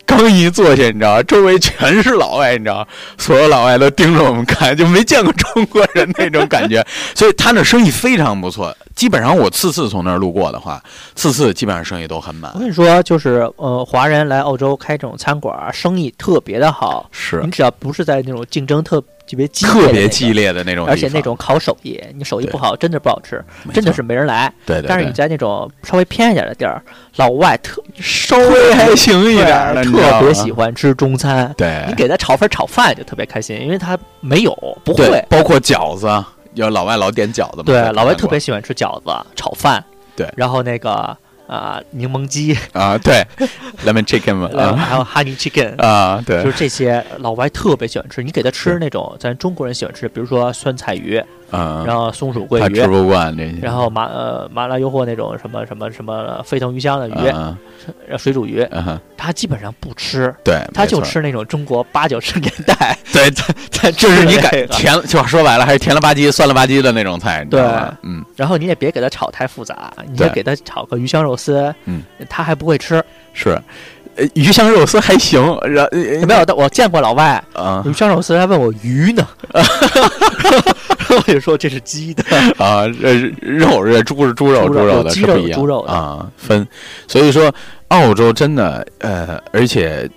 [SPEAKER 4] 刚一坐下，你知道吗，周围全是老外，你知道吗，所有老外都盯着我们看，就没见过中国人那种感觉。所以他那生意非常不错，基本上我次次从那儿路过的话，次次基本上生意都很满
[SPEAKER 3] 我。跟你说，就是呃，华人来澳洲开这种餐馆儿，生意特别的好。
[SPEAKER 4] 是
[SPEAKER 3] 你只要不是在那种竞争特特别激烈、
[SPEAKER 4] 特别激，烈的那种地方，
[SPEAKER 3] 而且那种烤手艺，你手艺
[SPEAKER 4] 对
[SPEAKER 3] 不好，真的不好吃，
[SPEAKER 4] 没错
[SPEAKER 3] 真的是没人来。
[SPEAKER 4] 对对对，
[SPEAKER 3] 但是你在那种稍微偏一点的地儿，老外特稍
[SPEAKER 4] 微
[SPEAKER 3] 微
[SPEAKER 4] 还行一点儿的，你知道
[SPEAKER 3] 特别
[SPEAKER 4] 吗
[SPEAKER 3] 喜欢吃中餐。
[SPEAKER 4] 对，
[SPEAKER 3] 你给他炒份炒饭就特别开心，因为他没有不
[SPEAKER 4] 对
[SPEAKER 3] 会。
[SPEAKER 4] 包括饺子，有老外老点饺子嘛，在
[SPEAKER 3] 对，老外
[SPEAKER 4] 泰国
[SPEAKER 3] 特别喜欢吃饺子、炒饭，
[SPEAKER 4] 对
[SPEAKER 3] 然后那个啊、柠檬鸡，
[SPEAKER 4] 啊， 对，lemon chicken 嘛，
[SPEAKER 3] 然后
[SPEAKER 4] 啊
[SPEAKER 3] 还有 honey chicken，
[SPEAKER 4] 啊，
[SPEAKER 3] 就
[SPEAKER 4] 对，
[SPEAKER 3] 是这些老外特别喜欢吃。你给他吃那种咱中国人喜欢吃，比如说酸菜鱼，
[SPEAKER 4] 嗯，
[SPEAKER 3] 然后松鼠桂
[SPEAKER 4] 他吃
[SPEAKER 3] 鱼，
[SPEAKER 4] 不惯这些，
[SPEAKER 3] 然后麻呃麻辣诱惑那种什么什么什么沸腾鱼香的鱼，
[SPEAKER 4] 嗯
[SPEAKER 3] 呃水煮鱼，
[SPEAKER 4] 嗯哼
[SPEAKER 3] 他基本上不吃。
[SPEAKER 4] 对，
[SPEAKER 3] 他就
[SPEAKER 4] 没错，
[SPEAKER 3] 吃那种中国八九十年代，
[SPEAKER 4] 对，他
[SPEAKER 3] 他
[SPEAKER 4] 就是你感
[SPEAKER 3] 觉。
[SPEAKER 4] 甜，就说白了还是甜了吧唧、酸了吧唧的那种菜，你知道吗？嗯，
[SPEAKER 3] 然后你也别给他炒太复杂，你
[SPEAKER 4] 对
[SPEAKER 3] 就给他炒个鱼香肉丝，
[SPEAKER 4] 嗯，
[SPEAKER 3] 他还不会吃。
[SPEAKER 4] 是，呃鱼香肉丝还行，然呃后
[SPEAKER 3] 没有，但我见过老外
[SPEAKER 4] 啊
[SPEAKER 3] 鱼香肉丝，他问我鱼呢，我就说这是鸡的。
[SPEAKER 4] 啊，这是肉这猪是猪肉，
[SPEAKER 3] 猪肉
[SPEAKER 4] 肉
[SPEAKER 3] 有
[SPEAKER 4] 的
[SPEAKER 3] 鸡
[SPEAKER 4] 是不
[SPEAKER 3] 肉
[SPEAKER 4] 一
[SPEAKER 3] 有
[SPEAKER 4] 样
[SPEAKER 3] 猪肉的
[SPEAKER 4] 啊，分。所以说，澳洲真的呃，而且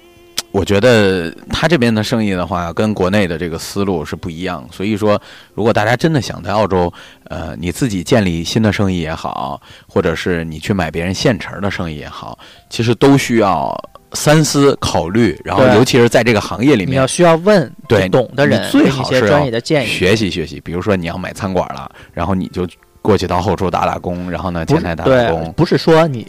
[SPEAKER 4] 我觉得他这边的生意的话，跟国内的这个思路是不一样。所以说，如果大家真的想在澳洲，呃，你自己建立新的生意也好，或者是你去买别人现成的生意也好，其实都需要三思考虑，然后
[SPEAKER 3] 对
[SPEAKER 4] 尤其是在这个行业里
[SPEAKER 3] 你
[SPEAKER 4] 面
[SPEAKER 3] 要需要问
[SPEAKER 4] 对
[SPEAKER 3] 你懂的
[SPEAKER 4] 你
[SPEAKER 3] 人，
[SPEAKER 4] 最
[SPEAKER 3] 给
[SPEAKER 4] 好
[SPEAKER 3] 一些
[SPEAKER 4] 是
[SPEAKER 3] 专
[SPEAKER 4] 要
[SPEAKER 3] 业的建议。
[SPEAKER 4] 学习学习。比如说你要买餐馆了，然后你就过去到后厨打打工，然后呢
[SPEAKER 3] 不
[SPEAKER 4] 前
[SPEAKER 3] 是
[SPEAKER 4] 台打打
[SPEAKER 3] 对，
[SPEAKER 4] 工，
[SPEAKER 3] 不是说你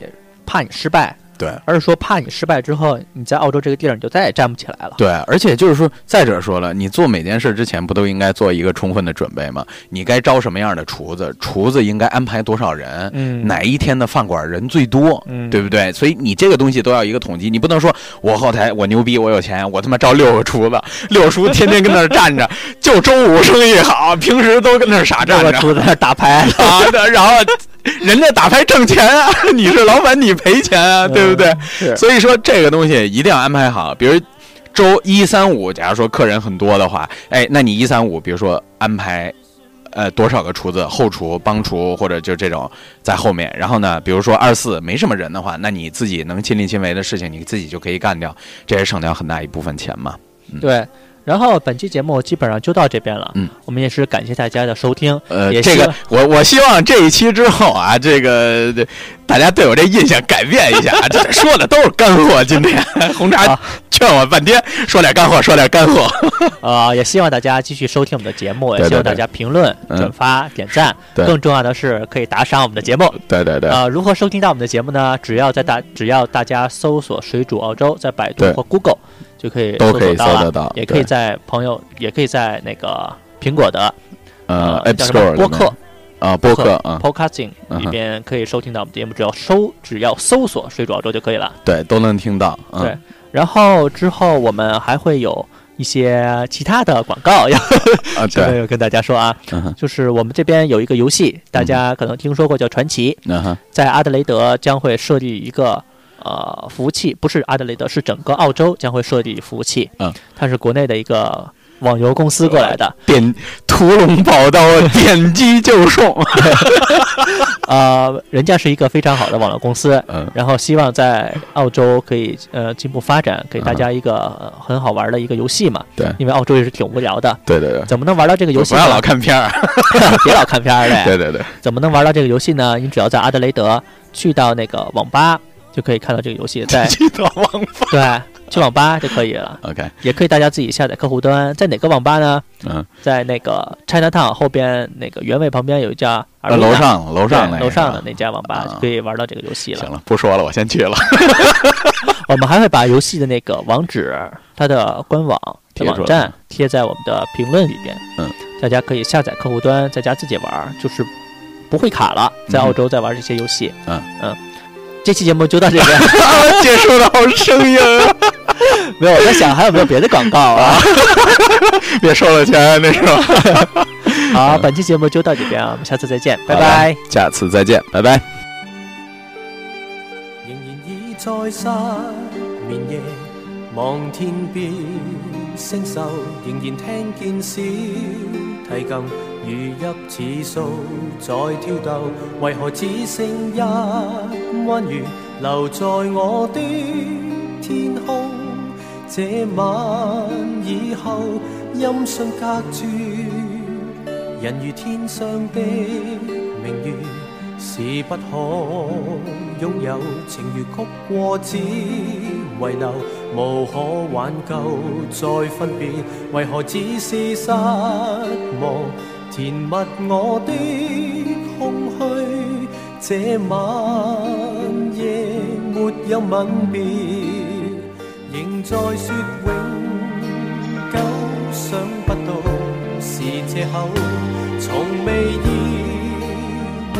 [SPEAKER 3] 怕你失败，
[SPEAKER 4] 对
[SPEAKER 3] 而是说怕你失败之后，你在澳洲这个地儿你就再也站不起来了。
[SPEAKER 4] 对。而且就是说，再者说了，你做每件事之前不都应该做一个充分的准备吗？你该招什么样的厨子，厨子应该安排多少人，
[SPEAKER 3] 嗯，
[SPEAKER 4] 哪一天的饭馆人最多，
[SPEAKER 3] 嗯
[SPEAKER 4] 对不对？所以你这个东西都要一个统计，你不能说我后台我牛逼，我有钱，我他妈招六个厨子，六个厨子天天跟那儿站着，就周五生意好，平时都跟那儿傻站
[SPEAKER 3] 我
[SPEAKER 4] 着。
[SPEAKER 3] 出在那儿打牌，
[SPEAKER 4] 啊，对然后人家打牌挣钱啊， 你是老板你赔钱啊，对不对？
[SPEAKER 3] 嗯？是
[SPEAKER 4] 所以说这个东西一定要安排好，比如。周一三五，假如说客人很多的话，哎，那你一三五，比如说安排，呃，多少个厨子，后厨、帮厨或者就这种在后面。然后呢，比如说二四没什么人的话，那你自己能亲力亲为的事情，你自己就可以干掉，这也省掉很大一部分钱嘛。
[SPEAKER 3] 对。然后本期节目基本上就到这边了，
[SPEAKER 4] 嗯，
[SPEAKER 3] 我们也是感谢大家的收听，
[SPEAKER 4] 呃，
[SPEAKER 3] 也
[SPEAKER 4] 这
[SPEAKER 3] 希
[SPEAKER 4] 个
[SPEAKER 3] 望
[SPEAKER 4] 我我希望这一期之后啊，这个这大家对我这印象改变一下啊， 这说的都是干货。今 天红茶
[SPEAKER 3] 好
[SPEAKER 4] 劝我半天，说点干货，说点干货。
[SPEAKER 3] 呃，也希望大家继续收听我们的节目，也
[SPEAKER 4] 对对
[SPEAKER 3] 希望大家评论、
[SPEAKER 4] 嗯
[SPEAKER 3] 转发、点赞，
[SPEAKER 4] 对
[SPEAKER 3] 更重要的是可以打赏我们的节目。
[SPEAKER 4] 对对对，
[SPEAKER 3] 呃，如何收听到我们的节目呢？只要在大只要大家搜索“水煮澳洲”在百度
[SPEAKER 4] 对
[SPEAKER 3] 或 Google 就可以
[SPEAKER 4] 都
[SPEAKER 3] 搜
[SPEAKER 4] 可以
[SPEAKER 3] 索到
[SPEAKER 4] 搜得
[SPEAKER 3] 了，
[SPEAKER 4] 到，
[SPEAKER 3] 也可以
[SPEAKER 4] 对
[SPEAKER 3] 在朋友，也可以在那个苹果的
[SPEAKER 4] 呃
[SPEAKER 3] 呃
[SPEAKER 4] App
[SPEAKER 3] 叫什么
[SPEAKER 4] Store
[SPEAKER 3] 播
[SPEAKER 4] 里面
[SPEAKER 3] 客
[SPEAKER 4] 啊播客啊，
[SPEAKER 3] Podcasting
[SPEAKER 4] 嗯
[SPEAKER 3] 里
[SPEAKER 4] 哼
[SPEAKER 3] 边可以收听到我们节目，只要搜只要搜索“水煮澳洲”就可以了。
[SPEAKER 4] 对都能听到。嗯
[SPEAKER 3] 对，然后之后我们还会有一些其他的广告要
[SPEAKER 4] 啊，
[SPEAKER 3] 这边
[SPEAKER 4] 对，
[SPEAKER 3] 要跟大家说啊，
[SPEAKER 4] 嗯哼
[SPEAKER 3] 就是我们这边有一个游戏，大家可能听说过叫传奇，
[SPEAKER 4] 嗯哼，
[SPEAKER 3] 在阿德雷德将会设立一个呃服务器，不是阿德雷德，是整个澳洲将会设立服务器，
[SPEAKER 4] 嗯，
[SPEAKER 3] 它是国内的一个网游公司过来的
[SPEAKER 4] 点屠龙宝刀， 点击就送。
[SPEAKER 3] 啊、呃人家是一个非常好的网络公司，
[SPEAKER 4] 嗯
[SPEAKER 3] 然后希望在澳洲可以呃进步发展，给大家一个、呃很好玩的一个游戏嘛。
[SPEAKER 4] 对
[SPEAKER 3] 因为澳洲也是挺无聊的，
[SPEAKER 4] 对对对，
[SPEAKER 3] 怎么能玩到这个游戏
[SPEAKER 4] 不
[SPEAKER 3] 呢？
[SPEAKER 4] 要老看片儿。
[SPEAKER 3] 别老看片儿嘞。
[SPEAKER 4] 对对对，
[SPEAKER 3] 怎么能玩到这个游戏呢？你只要在阿德雷德去到那个网吧，就可以看到这个游戏， 在
[SPEAKER 4] 记得忘了。
[SPEAKER 3] 对去网吧就可以了，
[SPEAKER 4] OK，
[SPEAKER 3] 也可以大家自己下载客户端，在哪个网吧呢？
[SPEAKER 4] 嗯，
[SPEAKER 3] 在那个 Chinatown 后边那个原位旁边有一家
[SPEAKER 4] 那呃楼上楼
[SPEAKER 3] 楼
[SPEAKER 4] 上那个
[SPEAKER 3] 楼上的
[SPEAKER 4] 是吧
[SPEAKER 3] 那家网吧
[SPEAKER 4] 啊
[SPEAKER 3] 就可以玩到这个游戏了
[SPEAKER 4] 行。了，不说了，我先去了。
[SPEAKER 3] 我们还会把游戏的那个网址、它的官网、它
[SPEAKER 4] 贴出来
[SPEAKER 3] 网站贴在我们的评论里边。
[SPEAKER 4] 嗯，
[SPEAKER 3] 大家可以下载客户端，在家自己玩儿，就是不会卡了。在澳洲在玩这些游戏。
[SPEAKER 4] 嗯
[SPEAKER 3] 嗯，这期节目就到这边。
[SPEAKER 4] 结束的好声音，
[SPEAKER 3] 没有，我在想还有没有别的广告啊？
[SPEAKER 4] 别收了钱，那时候。
[SPEAKER 3] 啊好，本期节目就到这边啊，我们下次再见，拜
[SPEAKER 4] 好的
[SPEAKER 3] 拜。
[SPEAKER 4] 下次再见，拜拜。
[SPEAKER 2] 仍然已再失眠夜，望天边星宿，仍然聽見小提琴如泣似訴在挑逗，為何只剩一彎月留在我的天空？這晚以後，音訊隔絕。人如天上的明月，是不可擁有。情如曲過只遺留，無可挽救再分別。為何只是失望，填密我的空虛？這晚夜沒有吻別，仍在説永久。想不到是借口，從未意會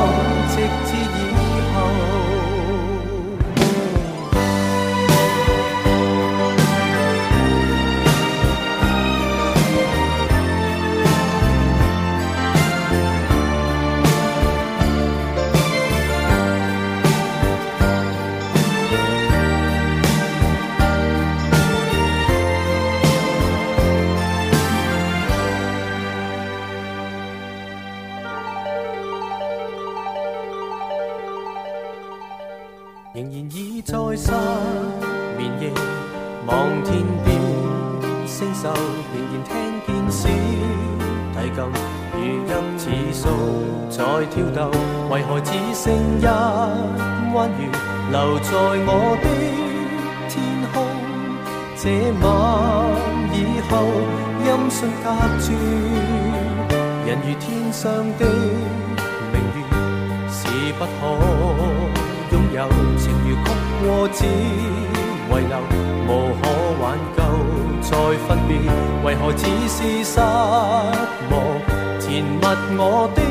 [SPEAKER 2] 直至以後。仍然已再失眠夜，望天邊星宿，仍然聽見小提琴如泣似訴在挑逗，為何只剩一彎月留在我的天空？這晚以後，音訊隔絕，人如天上的明月。是不可擁有。情如曲過只遺留，無可挽救再分別。為何只是失望填密我的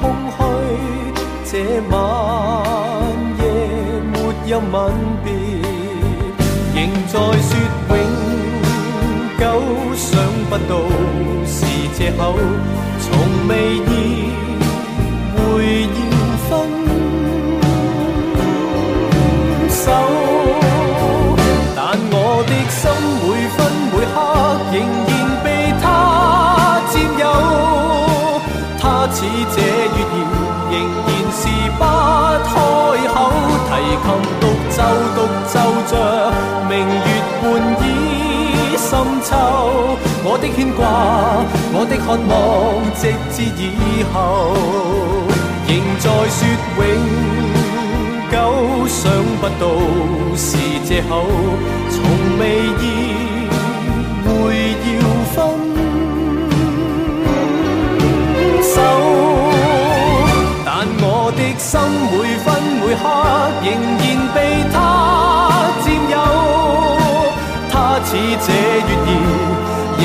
[SPEAKER 2] 空虛？這晚夜沒有吻別，仍在説永久。想不到是藉口，從未意會要分手。但我的心每分每刻仍然被他佔有，他似這月兒仍然是不開口，提琴獨奏獨奏着明月半倚深秋，我的牽掛，我的渴望，直至以後，仍在説永。久，想不到是借口，從未意會要分手。但我的心每分每刻仍然被他佔有，他似這月兒，仍